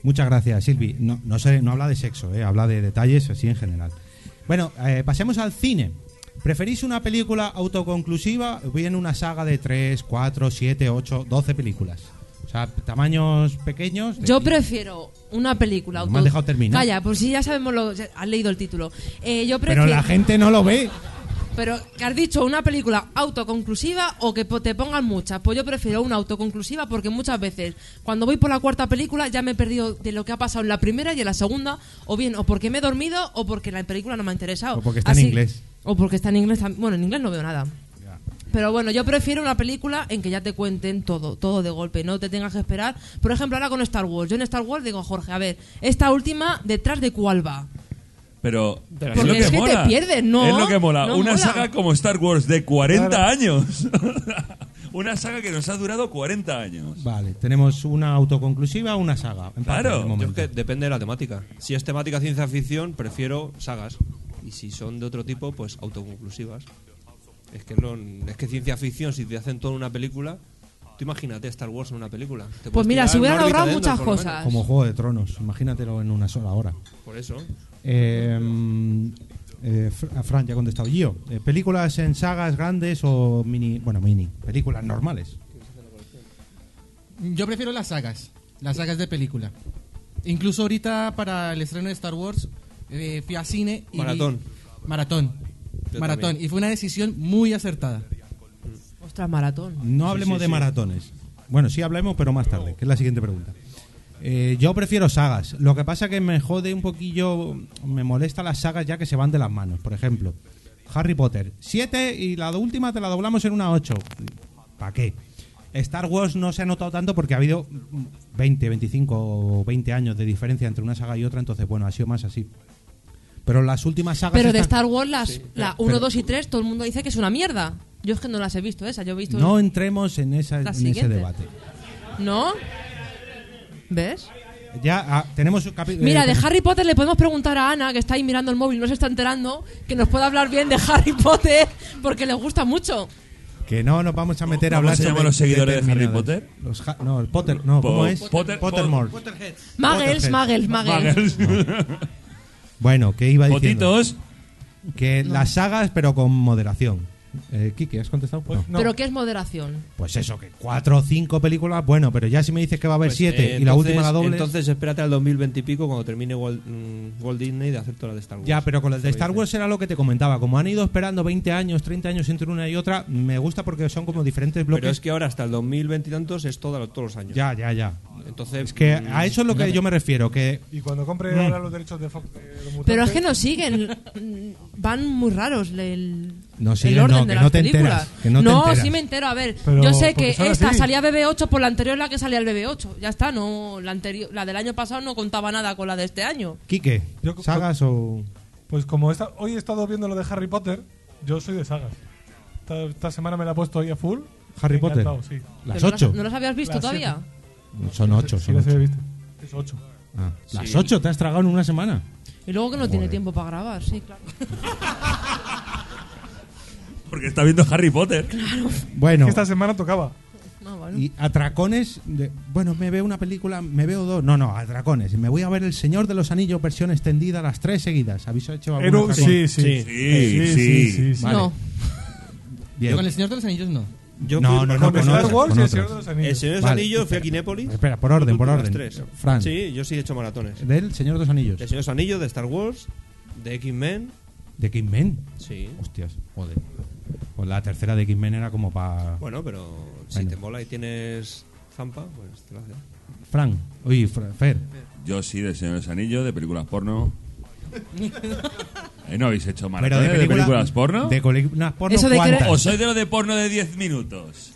Speaker 2: Muchas gracias, Silvi. No, no, sé, no habla de sexo, eh, habla de detalles así en general. Bueno, eh, pasemos al cine. ¿Preferís una película autoconclusiva o bien una saga de 3, 4, 7, 8, 12 películas? O sea, tamaños pequeños. de-
Speaker 4: Yo prefiero una película.
Speaker 2: No me has
Speaker 4: auto-
Speaker 2: dejado terminar.
Speaker 4: Calla, pues si ya sabemos lo. ya Has leído el título. Eh, yo prefiero.
Speaker 2: Pero la gente no lo ve.
Speaker 4: Pero, ¿qué has dicho? ¿Una película autoconclusiva o que po- te pongan muchas? Pues yo prefiero una autoconclusiva porque muchas veces, cuando voy por la cuarta película, ya me he perdido de lo que ha pasado en la primera y en la segunda, o bien, o porque me he dormido, o porque la película no me ha interesado.
Speaker 2: O porque está en inglés.
Speaker 4: O porque está en inglés. tam- Bueno, en inglés no veo nada. pero bueno, yo prefiero una película en que ya te cuenten todo, todo de golpe, no te tengas que esperar. Por ejemplo, ahora con Star Wars. Yo en Star Wars digo, Jorge, a ver, esta última, ¿detrás de cuál va?
Speaker 3: Pero
Speaker 4: Porque es que te pierdes, ¿no?
Speaker 3: Es lo que mola.
Speaker 4: No
Speaker 3: Una
Speaker 4: mola.
Speaker 3: saga como Star Wars de 40
Speaker 2: Claro.
Speaker 3: años. Una saga que nos ha durado 40 años.
Speaker 2: Vale, tenemos una autoconclusiva, una saga. Empate, de
Speaker 7: yo es
Speaker 2: momento.
Speaker 7: que depende de la temática. Si es temática ciencia ficción, prefiero sagas. Y si son de otro tipo, pues autoconclusivas. Es que, lo- es que ciencia ficción, si te hacen toda una película, tú imagínate Star Wars en una película. Te
Speaker 4: Pues
Speaker 7: puedes
Speaker 4: mira,
Speaker 7: tirar
Speaker 4: se hubieran
Speaker 7: una órbita
Speaker 4: ahorrado
Speaker 7: de Endor,
Speaker 4: muchas
Speaker 7: por lo menos.
Speaker 4: cosas.
Speaker 2: Como Juego de Tronos, imagínatelo en una sola hora.
Speaker 7: Por eso.
Speaker 2: Eh, mm, eh, Fr- Fran ya ha contestado. Yo, eh, películas en sagas grandes o mini. Bueno, mini. Películas normales.
Speaker 5: Yo prefiero las sagas, las sagas de película. Incluso ahorita para el estreno de Star Wars eh, fui a cine y vi-
Speaker 7: Maratón.
Speaker 5: maratón,
Speaker 7: Yo
Speaker 5: maratón
Speaker 7: también.
Speaker 5: y fue una decisión muy acertada.
Speaker 4: Ostras, maratón.
Speaker 2: No hablemos de maratones. Bueno, sí hablemos, pero más tarde, que es la siguiente pregunta. Eh, yo prefiero sagas. Lo que pasa que me jode un poquillo, me molesta las sagas ya que se van de las manos. Por ejemplo, Harry Potter, 7 y la última te la doblamos en una 8. ¿Para qué? Star Wars no se ha notado tanto porque ha habido 20, 25 o 20 años de diferencia entre una saga y otra, entonces bueno, ha sido más así. Pero las últimas sagas...
Speaker 4: Pero de
Speaker 2: están-
Speaker 4: Star Wars, las, la 1,
Speaker 2: pero-
Speaker 4: 2 y 3, todo el mundo dice que es una mierda. Yo es que no las he visto esas, yo he visto...
Speaker 2: No entremos en, esa-
Speaker 4: La
Speaker 2: en ese
Speaker 4: siguiente.
Speaker 2: debate.
Speaker 4: ¿No? ¿Ves?
Speaker 2: Ya ah, tenemos... capi- eh,
Speaker 4: Mira, de
Speaker 2: tenemos-
Speaker 4: Harry Potter le podemos preguntar a Ana, que está ahí mirando el móvil y no se está enterando, que nos pueda hablar bien de Harry Potter, porque le gusta mucho.
Speaker 2: Que no nos vamos a meter a
Speaker 3: ¿Cómo
Speaker 2: hablar
Speaker 3: se
Speaker 2: sobre
Speaker 3: llaman los seguidores de Harry
Speaker 2: determinados-
Speaker 3: Potter?
Speaker 2: Los ha- no, el Potter, no,
Speaker 3: Po-
Speaker 2: ¿cómo es?
Speaker 3: Potter-
Speaker 2: Pottermore.
Speaker 4: Muggles,
Speaker 2: Potterhead.
Speaker 4: Muggles, Muggles.
Speaker 3: Muggles.
Speaker 2: Bueno, que iba diciendo
Speaker 3: Potitos.
Speaker 2: que las sagas pero con moderación. Eh, Kiki, ¿has contestado?
Speaker 3: Pues
Speaker 2: No.
Speaker 4: Pero ¿qué es moderación?
Speaker 2: Pues eso, que cuatro o cinco películas, bueno, pero ya si me dices que va a haber
Speaker 7: Pues,
Speaker 2: siete
Speaker 7: eh,
Speaker 2: y la
Speaker 7: entonces-
Speaker 2: última la doble.
Speaker 7: Entonces espérate al 2020 y pico cuando termine Walt, mm, Walt Disney de hacer toda la de Star Wars.
Speaker 2: Ya, pero con las de Star Wars era lo que te comentaba. Como han ido esperando 20 años, 30 años entre una y otra, me gusta porque son como diferentes bloques.
Speaker 7: Pero es que ahora hasta el 2020 y tantos es todo, todos los años.
Speaker 2: Ya, ya, ya.
Speaker 7: Entonces,
Speaker 2: Es que
Speaker 7: mm,
Speaker 2: a eso es lo que yo me refiero, que
Speaker 8: Y cuando compre
Speaker 2: Mm.
Speaker 8: ahora los derechos de Fox. de los
Speaker 4: Pero es
Speaker 8: mutantes,
Speaker 4: que no siguen, mm, van muy raros el,
Speaker 2: No
Speaker 4: el
Speaker 2: siguen,
Speaker 4: orden
Speaker 2: no,
Speaker 4: de
Speaker 2: que
Speaker 4: las
Speaker 2: no te
Speaker 4: películas.
Speaker 2: enteras, que no te enteras.
Speaker 4: sí me entero, a ver,
Speaker 8: Pero
Speaker 4: yo sé
Speaker 8: porque
Speaker 4: que
Speaker 8: son
Speaker 4: esta
Speaker 8: así.
Speaker 4: salía BB8 por la anterior es la que salía el BB8, ya está, no la anterior, la del año pasado no contaba nada con la de este año.
Speaker 2: Quique,
Speaker 8: Yo-
Speaker 2: sagas o
Speaker 8: Pues como esta- hoy he estado viendo lo de Harry Potter, yo soy de sagas. Esta, esta semana me la he puesto ahí a full.
Speaker 2: Harry Potter.
Speaker 8: Encantado, Sí.
Speaker 2: Las
Speaker 4: Pero no
Speaker 2: ocho.
Speaker 4: ¿No las habías visto
Speaker 8: Las
Speaker 4: todavía?
Speaker 2: Son ocho.
Speaker 8: Sí,
Speaker 2: Son
Speaker 8: las
Speaker 2: ocho.
Speaker 8: he visto. Es 8.
Speaker 2: Ah, Las ocho te has tragado en una semana.
Speaker 4: Y luego que no tiene tiempo para grabar, sí, claro.
Speaker 3: Porque está viendo Harry Potter.
Speaker 2: Bueno,
Speaker 8: Esta semana tocaba.
Speaker 4: Ah, bueno.
Speaker 2: y atracones. de- bueno, me veo una película, me veo dos. No, no, atracones. Me voy a ver El Señor de los Anillos, versión extendida, las tres seguidas. ¿Habéis hecho algún
Speaker 8: Eru,
Speaker 2: atracón?
Speaker 8: sí, sí.
Speaker 3: Sí, sí.
Speaker 2: Vale.
Speaker 4: No.
Speaker 2: Bien.
Speaker 5: Yo con el Señor de los Anillos no.
Speaker 7: yo
Speaker 2: No,
Speaker 7: fui-
Speaker 2: no, no,
Speaker 8: Con
Speaker 2: con
Speaker 8: Star
Speaker 2: otras,
Speaker 8: Wars
Speaker 2: con
Speaker 8: y el
Speaker 2: otras.
Speaker 8: Señor de los
Speaker 7: El
Speaker 8: Anillos.
Speaker 7: Señor de los
Speaker 2: Vale.
Speaker 7: Anillos, fui a Kinépolis.
Speaker 2: Espera, por orden,
Speaker 7: Tú,
Speaker 2: por
Speaker 7: tú, las
Speaker 2: orden.
Speaker 7: tres.
Speaker 2: Fran.
Speaker 7: Sí, yo sí he hecho maratones. El
Speaker 2: Del Señor de los Anillos.
Speaker 7: Señor de los Anillos, de Star Wars, de X-Men.
Speaker 2: De Kingman.
Speaker 7: Sí.
Speaker 2: Hostias, joder. Pues la tercera de Kingman era como para.
Speaker 7: Bueno, pero si
Speaker 2: Bueno.
Speaker 7: te mola y tienes zampa, pues te lo haces.
Speaker 2: Fran. Oye, Fra- Fer.
Speaker 3: Yo sí, de Señor de los Anillos, de películas porno. Eh, ¿No habéis hecho
Speaker 2: Pero
Speaker 3: maratones
Speaker 2: de,
Speaker 3: de,
Speaker 2: película-
Speaker 3: películas porno?
Speaker 2: De películas porno.
Speaker 4: Eso de que-
Speaker 2: ¿cuántas?
Speaker 3: ¿O soy de lo de porno de 10 minutos?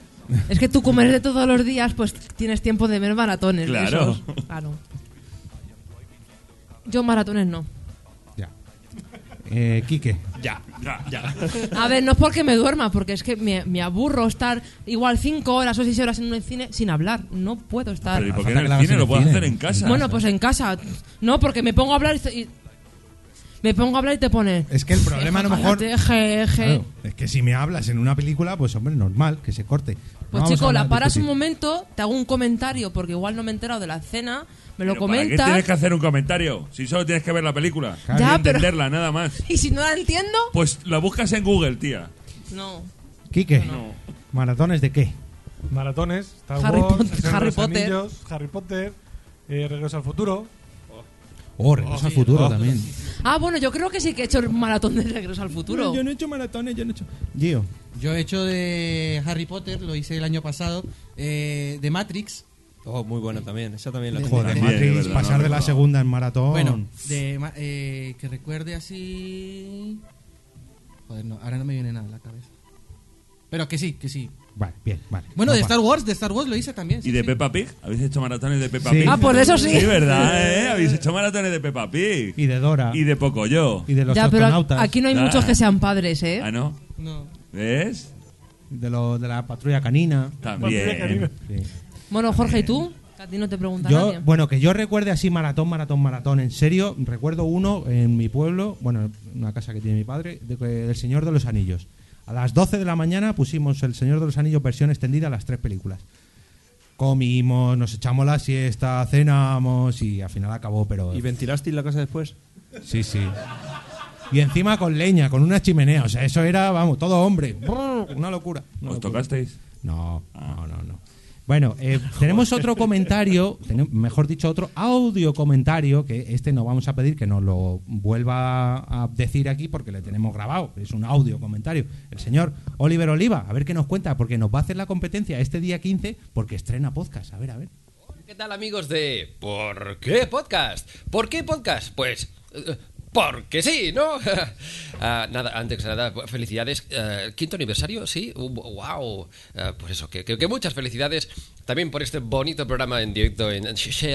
Speaker 4: Es que tú comes de todos los días, pues tienes tiempo de ver maratones. de
Speaker 3: Claro.
Speaker 4: esos. Claro. Yo maratones no.
Speaker 2: Ya. Eh, Quique.
Speaker 3: Ya, ya, ya.
Speaker 4: A ver, no es porque me duerma, porque es que me, me aburro estar igual cinco horas o seis horas en un cine sin hablar. No puedo estar.
Speaker 3: Pero ¿y por
Speaker 2: Falta
Speaker 3: qué
Speaker 2: que la
Speaker 3: en el
Speaker 2: hagas
Speaker 3: cine?
Speaker 2: en
Speaker 3: Lo
Speaker 2: el
Speaker 3: puedes
Speaker 2: cine.
Speaker 3: hacer en casa.
Speaker 4: Bueno, pues en casa. No, porque me pongo a hablar y, estoy- y- me pongo a hablar y te pone.
Speaker 2: Es que el problema a lo mejor.
Speaker 4: "Cállate, je, je".
Speaker 2: Claro, es que si me hablas en una película, pues hombre, normal, que se corte.
Speaker 4: Pues
Speaker 2: No vamos a
Speaker 4: chico,
Speaker 2: hablar
Speaker 4: la
Speaker 2: de
Speaker 4: paras
Speaker 2: cosas.
Speaker 4: un momento, te hago un comentario porque igual no me he enterado de la escena, me
Speaker 3: Pero ¿para
Speaker 4: lo
Speaker 3: qué
Speaker 4: comentas.
Speaker 3: tienes que hacer un comentario? Si solo tienes que ver la película
Speaker 4: Claro.
Speaker 3: y
Speaker 4: Ya, pero-
Speaker 3: entenderla, nada más.
Speaker 4: Y si no la entiendo,
Speaker 3: Pues la buscas en Google, tía.
Speaker 4: no.
Speaker 2: Quique, ¿maratones de qué?
Speaker 8: Maratones. Star
Speaker 4: Harry
Speaker 8: Wars.
Speaker 4: Potter-
Speaker 8: el Señor de
Speaker 4: Harry
Speaker 8: los
Speaker 4: Potter.
Speaker 8: Anillos, Harry Potter. eh, Regreso al futuro.
Speaker 2: Oh, regreso al futuro también.
Speaker 4: Ah, bueno, yo creo que sí que he hecho el maratón de Regreso al Futuro.
Speaker 2: he hecho maratones, yo no he hecho. Gio.
Speaker 5: Yo he hecho de Harry Potter, lo hice el año pasado, eh, de Matrix.
Speaker 7: Oh, muy buena también. Esa también la tengo.
Speaker 2: Joder,
Speaker 3: También,
Speaker 2: Matrix,
Speaker 3: es verdad,
Speaker 2: pasar
Speaker 3: no
Speaker 2: de la
Speaker 3: recordaba.
Speaker 2: segunda en maratón.
Speaker 5: Bueno, de ma- eh, que recuerde así. Joder, no, ahora no me viene nada a la cabeza.
Speaker 12: Pero que sí, que sí.
Speaker 2: Vale, bien, vale.
Speaker 12: Bueno,
Speaker 2: No
Speaker 12: de
Speaker 2: pasa.
Speaker 12: Star Wars, de Star Wars lo hice también. sí,
Speaker 3: ¿Y de
Speaker 12: sí.
Speaker 3: Peppa Pig? ¿Habéis hecho maratones de Peppa
Speaker 2: Sí.
Speaker 3: Pig?
Speaker 2: Ah,
Speaker 4: por pues eso sí.
Speaker 3: Sí, verdad, ¿eh? Habéis hecho maratones de Peppa Pig.
Speaker 2: Y de Dora.
Speaker 3: Y de Pocoyo.
Speaker 2: Y de los
Speaker 4: Ya, pero
Speaker 2: astronautas.
Speaker 4: aquí no hay
Speaker 3: Ah.
Speaker 4: muchos que sean padres, ¿eh?
Speaker 3: Ah, ¿no?
Speaker 12: No.
Speaker 3: ¿Ves?
Speaker 2: De, lo- de la patrulla canina.
Speaker 3: También.
Speaker 2: Sí.
Speaker 4: Bueno, Jorge, ¿y tú? A ti no te pregunta
Speaker 2: Yo,
Speaker 4: nadie.
Speaker 2: bueno, que yo recuerde así maratón, maratón, maratón. En serio, recuerdo uno en mi pueblo, bueno, una casa que tiene mi padre, de, que- del Señor de los Anillos. A las 12 de la mañana pusimos El Señor de los Anillos versión extendida a las tres películas. Comimos, nos echamos la siesta, cenamos y al final acabó, pero...
Speaker 7: ¿Y ventilasteis la casa después?
Speaker 2: Sí, sí. Y encima con leña, con una chimenea. O sea, eso era, vamos, todo hombre. Brr, Una locura. una
Speaker 3: ¿Os
Speaker 2: locura.
Speaker 8: pues
Speaker 3: tocasteis?
Speaker 2: No, no, no, no. Bueno, eh, tenemos otro comentario, tenem- mejor dicho, otro audio comentario, que este no vamos a pedir que nos lo vuelva a decir aquí porque le tenemos grabado, es un audio comentario. El señor Oliver Oliva, a ver qué nos cuenta, porque nos va a hacer la competencia este día 15 porque estrena podcast. A ver, a ver.
Speaker 5: ¿Qué tal amigos de ¿Por qué podcast? ¿Por qué podcast? Pues eh, porque sí, ¿no? Ah, nada, antes que nada, felicidades. eh, quinto aniversario, sí. uh, wow. por pues eso, que, que- que muchas felicidades también por este bonito programa en directo en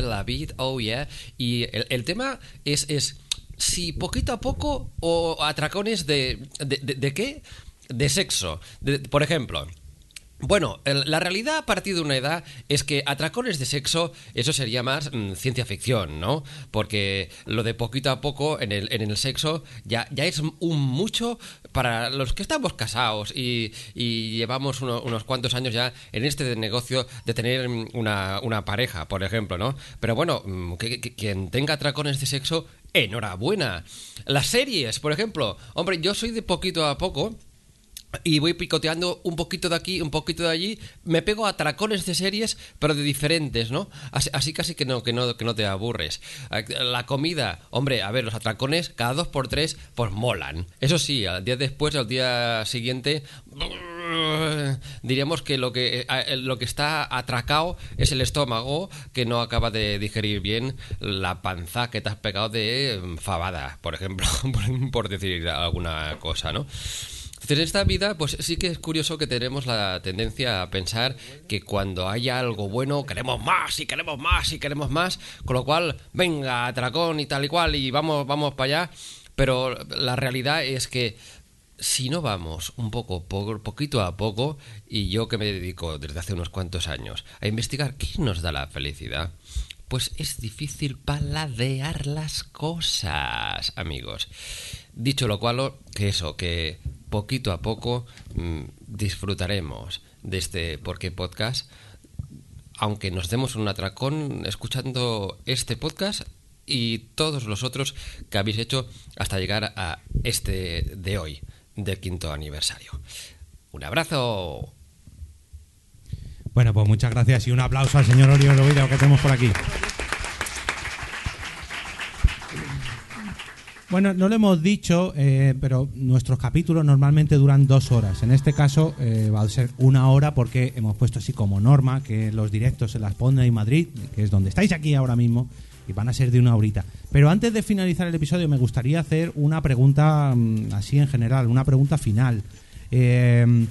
Speaker 5: La Beat, oh yeah. Y el, el tema es, es si poquito a poco o atracones de, de, de- de qué? De sexo. De- por ejemplo, bueno, el- la realidad a partir de una edad es que atracones de sexo, eso sería más mm, ciencia ficción, ¿no? Porque lo de poquito a poco en el, en el sexo ya, ya es un mucho para los que estamos casados y, y llevamos uno- unos cuantos años ya en este negocio de tener mm, una, una pareja, por ejemplo, ¿no? Pero bueno, mm, que- que- quien tenga atracones de sexo, enhorabuena. Las series, por ejemplo, hombre, yo soy de poquito a poco y voy picoteando un poquito de aquí, un poquito de allí, me pego a tracones de series, pero de diferentes, ¿no? Así, así casi que no, que no, que no te aburres. La comida, hombre, a ver, los atracones cada dos por tres, pues molan. Eso sí, al día después, al día siguiente, diríamos que lo que, eh, lo que está atracado es el estómago que no acaba de digerir bien la panza que te has pegado de eh, fabada, por ejemplo, por- por decir alguna cosa, ¿no? Entonces, en esta vida, pues sí que es curioso que tenemos la tendencia a pensar que cuando haya algo bueno, queremos más y queremos más y queremos más, con lo cual, venga, atracón y tal y cual, y vamos, vamos para allá. Pero la realidad es que si no vamos un poco, po- poquito a poco, y yo que me dedico desde hace unos cuantos años a investigar qué nos da la felicidad, pues es difícil paladear las cosas, amigos. Dicho lo cual, o- que eso, que poquito a poco mm, disfrutaremos de este Por qué Podcast, aunque nos demos un atracón escuchando este podcast y todos los otros que habéis hecho hasta llegar a este de hoy, del quinto aniversario. Un abrazo.
Speaker 2: Bueno, pues muchas gracias y un aplauso al señor Oriol Oviedo que tenemos por aquí. Bueno, no lo hemos dicho, eh, pero nuestros capítulos normalmente duran dos horas. En este caso eh, va a ser una hora porque hemos puesto así como norma que los directos se las pone en Madrid, que es donde estáis aquí ahora mismo, y van a ser de una horita. Pero antes de finalizar el episodio me gustaría hacer una pregunta mm, así en general, una pregunta final. Eh,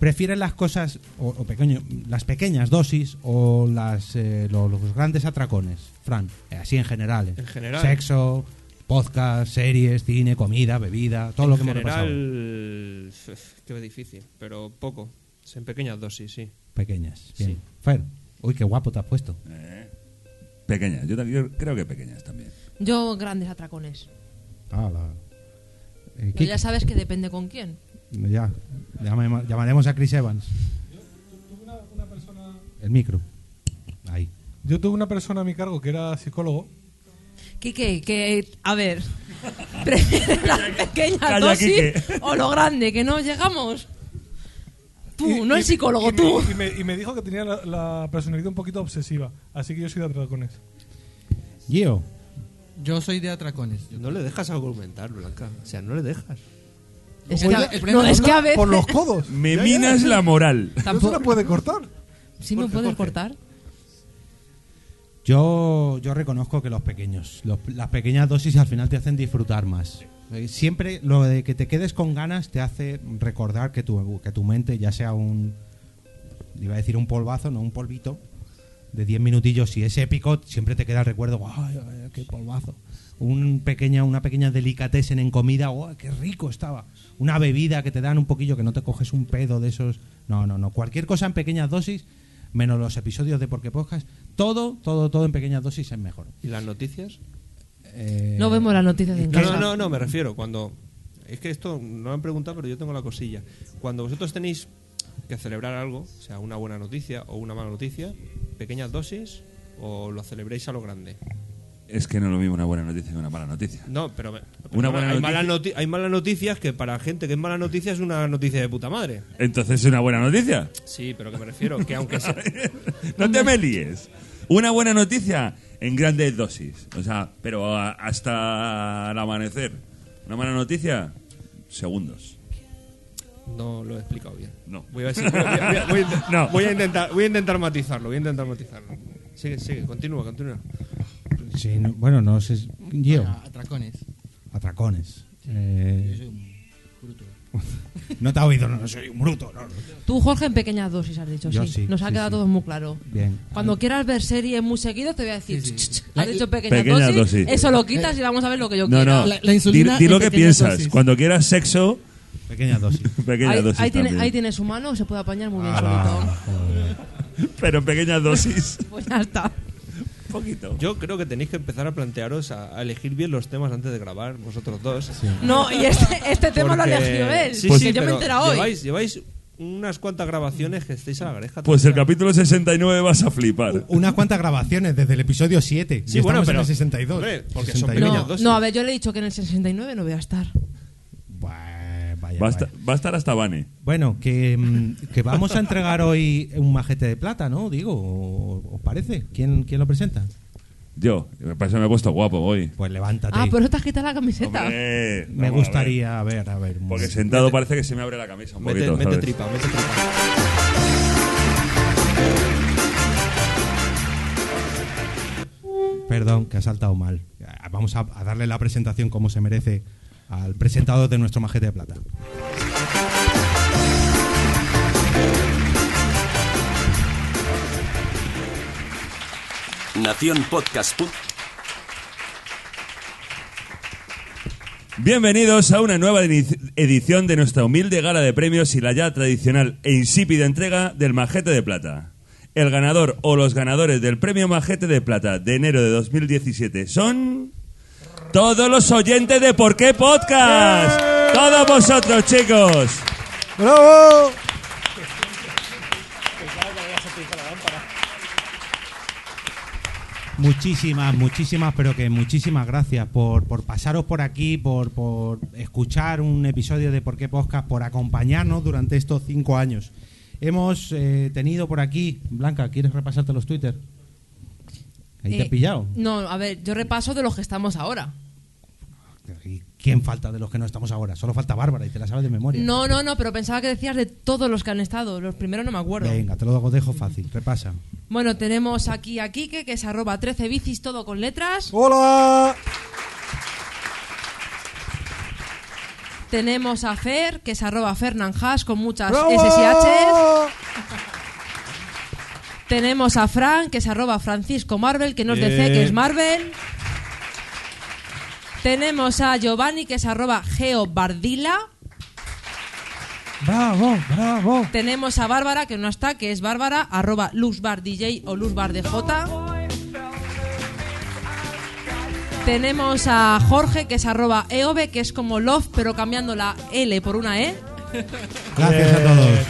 Speaker 2: prefieren las cosas o, o pequeño, las pequeñas dosis o las eh, lo- los, grandes atracones, Fran, Eh, así en general, eh.
Speaker 7: En general.
Speaker 2: sexo, podcast, series, cine, comida, bebida, todo lo que
Speaker 7: en
Speaker 2: hemos repasado.
Speaker 7: general, uf, qué difícil, pero poco. En pequeñas dosis, sí.
Speaker 2: Pequeñas. Bien.
Speaker 7: Sí.
Speaker 2: Fer, uy, qué guapo te has puesto.
Speaker 3: Pequeñas, yo, también- yo creo que pequeñas también.
Speaker 4: Yo, grandes atracones.
Speaker 2: Ala. Eh,
Speaker 4: Que
Speaker 2: Kike,
Speaker 4: Pues ya sabes que depende con quién.
Speaker 2: ya, Llamem- llamaremos a Chris Evans. El micro. Ahí.
Speaker 8: Yo tuve una persona a mi cargo que era psicólogo.
Speaker 4: Quique, que, a ver, ¿prefieres las pequeñas
Speaker 3: Calla,
Speaker 4: dosis
Speaker 3: Quique.
Speaker 4: o lo grande, que no llegamos? Tú,
Speaker 8: Y-
Speaker 4: no
Speaker 8: y-
Speaker 4: el psicólogo,
Speaker 8: y me-
Speaker 4: tú.
Speaker 8: Y me, y me dijo que tenía la, la personalidad un poquito obsesiva. Así que yo soy de atracones.
Speaker 2: Gio.
Speaker 12: Yo soy de atracones.
Speaker 7: No le dejas argumentar, Blanca. O sea, no le dejas.
Speaker 4: Es
Speaker 8: Oye,
Speaker 4: que, a-
Speaker 8: el
Speaker 4: no,
Speaker 8: problema
Speaker 4: es
Speaker 8: habla
Speaker 4: que a veces...
Speaker 8: Por los codos.
Speaker 3: Me
Speaker 8: Ya, ya,
Speaker 3: minas
Speaker 8: ya.
Speaker 3: la moral.
Speaker 8: No se la puede cortar.
Speaker 4: ¿Sí me
Speaker 8: Jorge,
Speaker 4: puedes
Speaker 8: Jorge.
Speaker 4: cortar?
Speaker 2: Yo, yo reconozco que los pequeños, los- las pequeñas dosis al final te hacen disfrutar más. Eh, Siempre lo de que te quedes con ganas te hace recordar que tu, que tu mente, ya sea un. Iba a decir un polvazo, no un polvito, de 10 minutillos, si es épico, siempre te queda el recuerdo, "Ay, ay, qué polvazo! Un pequeña, una pequeña delicatessen en comida, ¡oh, qué rico estaba! Una bebida que te dan un poquillo, que no te coges un pedo de esos. No, no, no. Cualquier cosa en pequeñas dosis, menos los episodios de Porque Podcast, todo, todo, todo en pequeñas dosis es mejor.
Speaker 7: ¿Y las noticias?
Speaker 2: Eh,
Speaker 4: No vemos las noticias de
Speaker 7: No,
Speaker 4: Instagram.
Speaker 7: no, no, no, me refiero. Cuando. Es que esto no lo han preguntado, pero yo tengo la cosilla. Cuando vosotros tenéis que celebrar algo, o sea, una buena noticia o una mala noticia, pequeñas dosis o lo celebréis a lo grande.
Speaker 3: Es que no es lo mismo una buena noticia que una mala noticia.
Speaker 7: No, pero. pero
Speaker 3: Una buena
Speaker 7: hay,
Speaker 3: noticia.
Speaker 7: malas noti- hay malas noticias que para gente que es mala noticia es una noticia de puta madre.
Speaker 3: Entonces es una buena noticia.
Speaker 7: Sí, pero que me refiero que aunque sea.
Speaker 3: No te me líes. Una buena noticia en grandes dosis. O sea, pero a- hasta el amanecer. Una mala noticia, segundos.
Speaker 7: No lo he explicado bien.
Speaker 3: No.
Speaker 7: Voy a, ver si- voy a- voy a- voy a-
Speaker 3: No.
Speaker 7: voy a intentar, voy a intentar matizarlo, voy a intentar matizarlo. Sigue, sigue, continúa, continúa.
Speaker 2: sí, no- bueno, no sé. Yo.
Speaker 5: Bueno, atracones.
Speaker 2: Atracones. Eh,
Speaker 5: Ah, Yo soy un bruto.
Speaker 2: no te ha oído, no, no soy un bruto. no, no.
Speaker 4: Tú, Jorge, en pequeñas dosis has dicho,
Speaker 2: Yo
Speaker 4: sí.
Speaker 2: sí,
Speaker 4: Nos ha
Speaker 2: sí,
Speaker 4: quedado
Speaker 2: sí.
Speaker 4: todo muy claro.
Speaker 2: Bien.
Speaker 4: Cuando quieras ver series muy seguidas, te voy a decir,
Speaker 5: Sí, sí.
Speaker 4: "Ch, ch, ch,
Speaker 5: La-
Speaker 4: has dicho pequeñas,
Speaker 3: Pequeñas
Speaker 4: dosis,
Speaker 3: dosis.
Speaker 4: eso lo quitas y vamos a ver lo que yo
Speaker 3: No,
Speaker 4: quiera.
Speaker 3: no.
Speaker 5: La- la insulina
Speaker 3: Di, di lo
Speaker 5: en
Speaker 3: que
Speaker 5: pequeñas
Speaker 3: piensas.
Speaker 5: dosis.
Speaker 3: Cuando quieras sexo,
Speaker 2: Pequeñas dosis.
Speaker 3: pequeñas
Speaker 4: Ahí,
Speaker 3: dosis.
Speaker 4: ahí tiene,
Speaker 3: también.
Speaker 4: ahí tiene su mano, se puede apañar muy bien
Speaker 2: Ala,
Speaker 4: solito.
Speaker 2: Ah, joder.
Speaker 3: Pero en pequeñas dosis.
Speaker 4: Pues ya está.
Speaker 3: poquito.
Speaker 7: Yo creo que tenéis que empezar a plantearos a, a elegir bien los temas antes de grabar, vosotros dos.
Speaker 4: No, y este, este tema lo
Speaker 7: Porque-
Speaker 4: ha elegido él.
Speaker 7: Sí,
Speaker 4: Pues
Speaker 7: sí,
Speaker 4: yo me he
Speaker 7: pero
Speaker 4: enterado hoy.
Speaker 7: Lleváis, lleváis unas cuantas grabaciones que estáis a la greja.
Speaker 3: Pues el
Speaker 7: todavía.
Speaker 3: capítulo 69 vas a flipar.
Speaker 2: Unas cuantas grabaciones desde el episodio 7.
Speaker 7: Sí,
Speaker 2: Ya
Speaker 7: bueno,
Speaker 2: estamos
Speaker 7: pero-
Speaker 2: en el 62.
Speaker 7: hombre, porque son
Speaker 2: 61.
Speaker 7: pequeñas
Speaker 4: No,
Speaker 7: dosis.
Speaker 4: no, a ver, yo le he dicho que en el 69 no voy a estar.
Speaker 2: Buah, vaya,
Speaker 3: Va a,
Speaker 2: vaya.
Speaker 3: estar, va a estar hasta Bane.
Speaker 2: Bueno, que, mm, que vamos a entregar hoy un majete de plata, ¿no? Digo, ¿o- ¿os parece? ¿Quién, quién lo presenta?
Speaker 3: Yo, me parece que me he puesto guapo hoy.
Speaker 2: Pues levántate.
Speaker 4: Ah, pero te has quitado la camiseta.
Speaker 3: Hombre, vamos a
Speaker 2: Me
Speaker 3: ver.
Speaker 2: gustaría, a ver, a ver. un
Speaker 3: Porque
Speaker 2: momento.
Speaker 3: sentado parece que se me abre la camisa un
Speaker 7: Mete,
Speaker 3: poquito.
Speaker 7: mete
Speaker 3: ¿sabes?
Speaker 7: tripa, mete tripa.
Speaker 2: Perdón, que ha saltado mal. Ah, Vamos a, a darle la presentación como se merece al presentador de nuestro majete de plata.
Speaker 6: Nación Podcast. pu-
Speaker 3: Bienvenidos a una nueva edi- edición de nuestra humilde gala de premios y la ya tradicional e insípida entrega del Majete de Plata. El ganador o los ganadores del premio Majete de Plata de enero de 2017 son. Todos los oyentes de Por qué Podcast. Todos vosotros, chicos.
Speaker 8: ¡Bravo!
Speaker 2: Muchísimas, muchísimas, pero que muchísimas gracias por, por pasaros por aquí, por, por escuchar un episodio de Por qué Podcast, por acompañarnos durante estos cinco años. Hemos eh, tenido por aquí, Blanca, ¿quieres repasarte los Twitter? Ahí te
Speaker 4: Eh,
Speaker 2: he pillado.
Speaker 4: No, a ver, yo repaso de los que estamos ahora.
Speaker 2: ¿Y quién falta de los que no estamos ahora? Solo falta Bárbara y te la sabes de memoria.
Speaker 4: No, no, no, pero pensaba que decías de todos los que han estado. Los primeros no me acuerdo.
Speaker 2: Venga, te lo dejo fácil, repasa.
Speaker 4: Bueno, tenemos aquí a Kike, que es arroba 13 bicis, todo con letras.
Speaker 8: ¡Hola!
Speaker 4: Tenemos a Fer, que es arroba Fernanjas, con muchas
Speaker 8: ¡Bravo!
Speaker 4: SSH. Tenemos a Fran, que es arroba Francisco Marvel, que nos
Speaker 7: Bien.
Speaker 4: dice que es Marvel. Tenemos a Giovanni, que es arroba Geobardila.
Speaker 2: ¡Bravo, bravo!
Speaker 4: Tenemos a Bárbara, que no está, que es Bárbara, arroba LuzbarDJ o LuzbarDJ. Tenemos a Jorge, que es arroba EOB, que es como Love, pero cambiando la L por una E.
Speaker 2: Gracias a todos.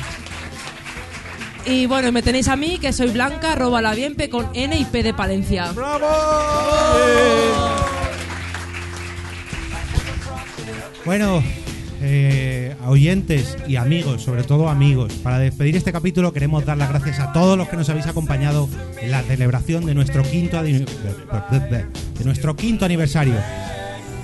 Speaker 4: Y bueno, y me tenéis a mí, que soy Blanca, arroba la Bienpe con N y P de Palencia.
Speaker 2: Bueno, eh, a oyentes y amigos, sobre todo amigos, para despedir este capítulo queremos dar las gracias a todos los que nos habéis acompañado en la celebración de nuestro quinto, ani- de nuestro quinto aniversario.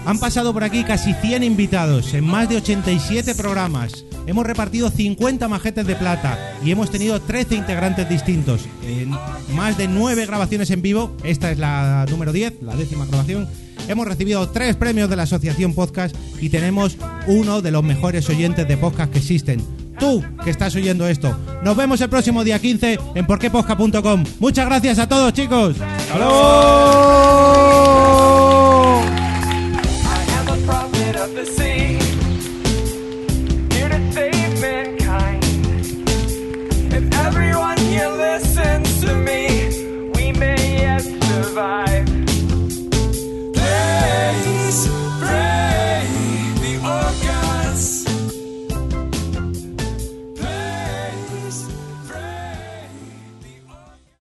Speaker 2: Han pasado por aquí casi 100 invitados en más de 87 programas. Hemos repartido 50 majetes de plata y hemos tenido 13 integrantes distintos. En más de 9 grabaciones en vivo, esta es la número 10, la décima grabación. Hemos recibido tres premios de la Asociación Podcast y tenemos uno de los mejores oyentes de podcast que existen. Tú que estás oyendo esto. Nos vemos el próximo día 15 en porquepodcast.com. Muchas gracias a todos, chicos. ¡Hasta luego!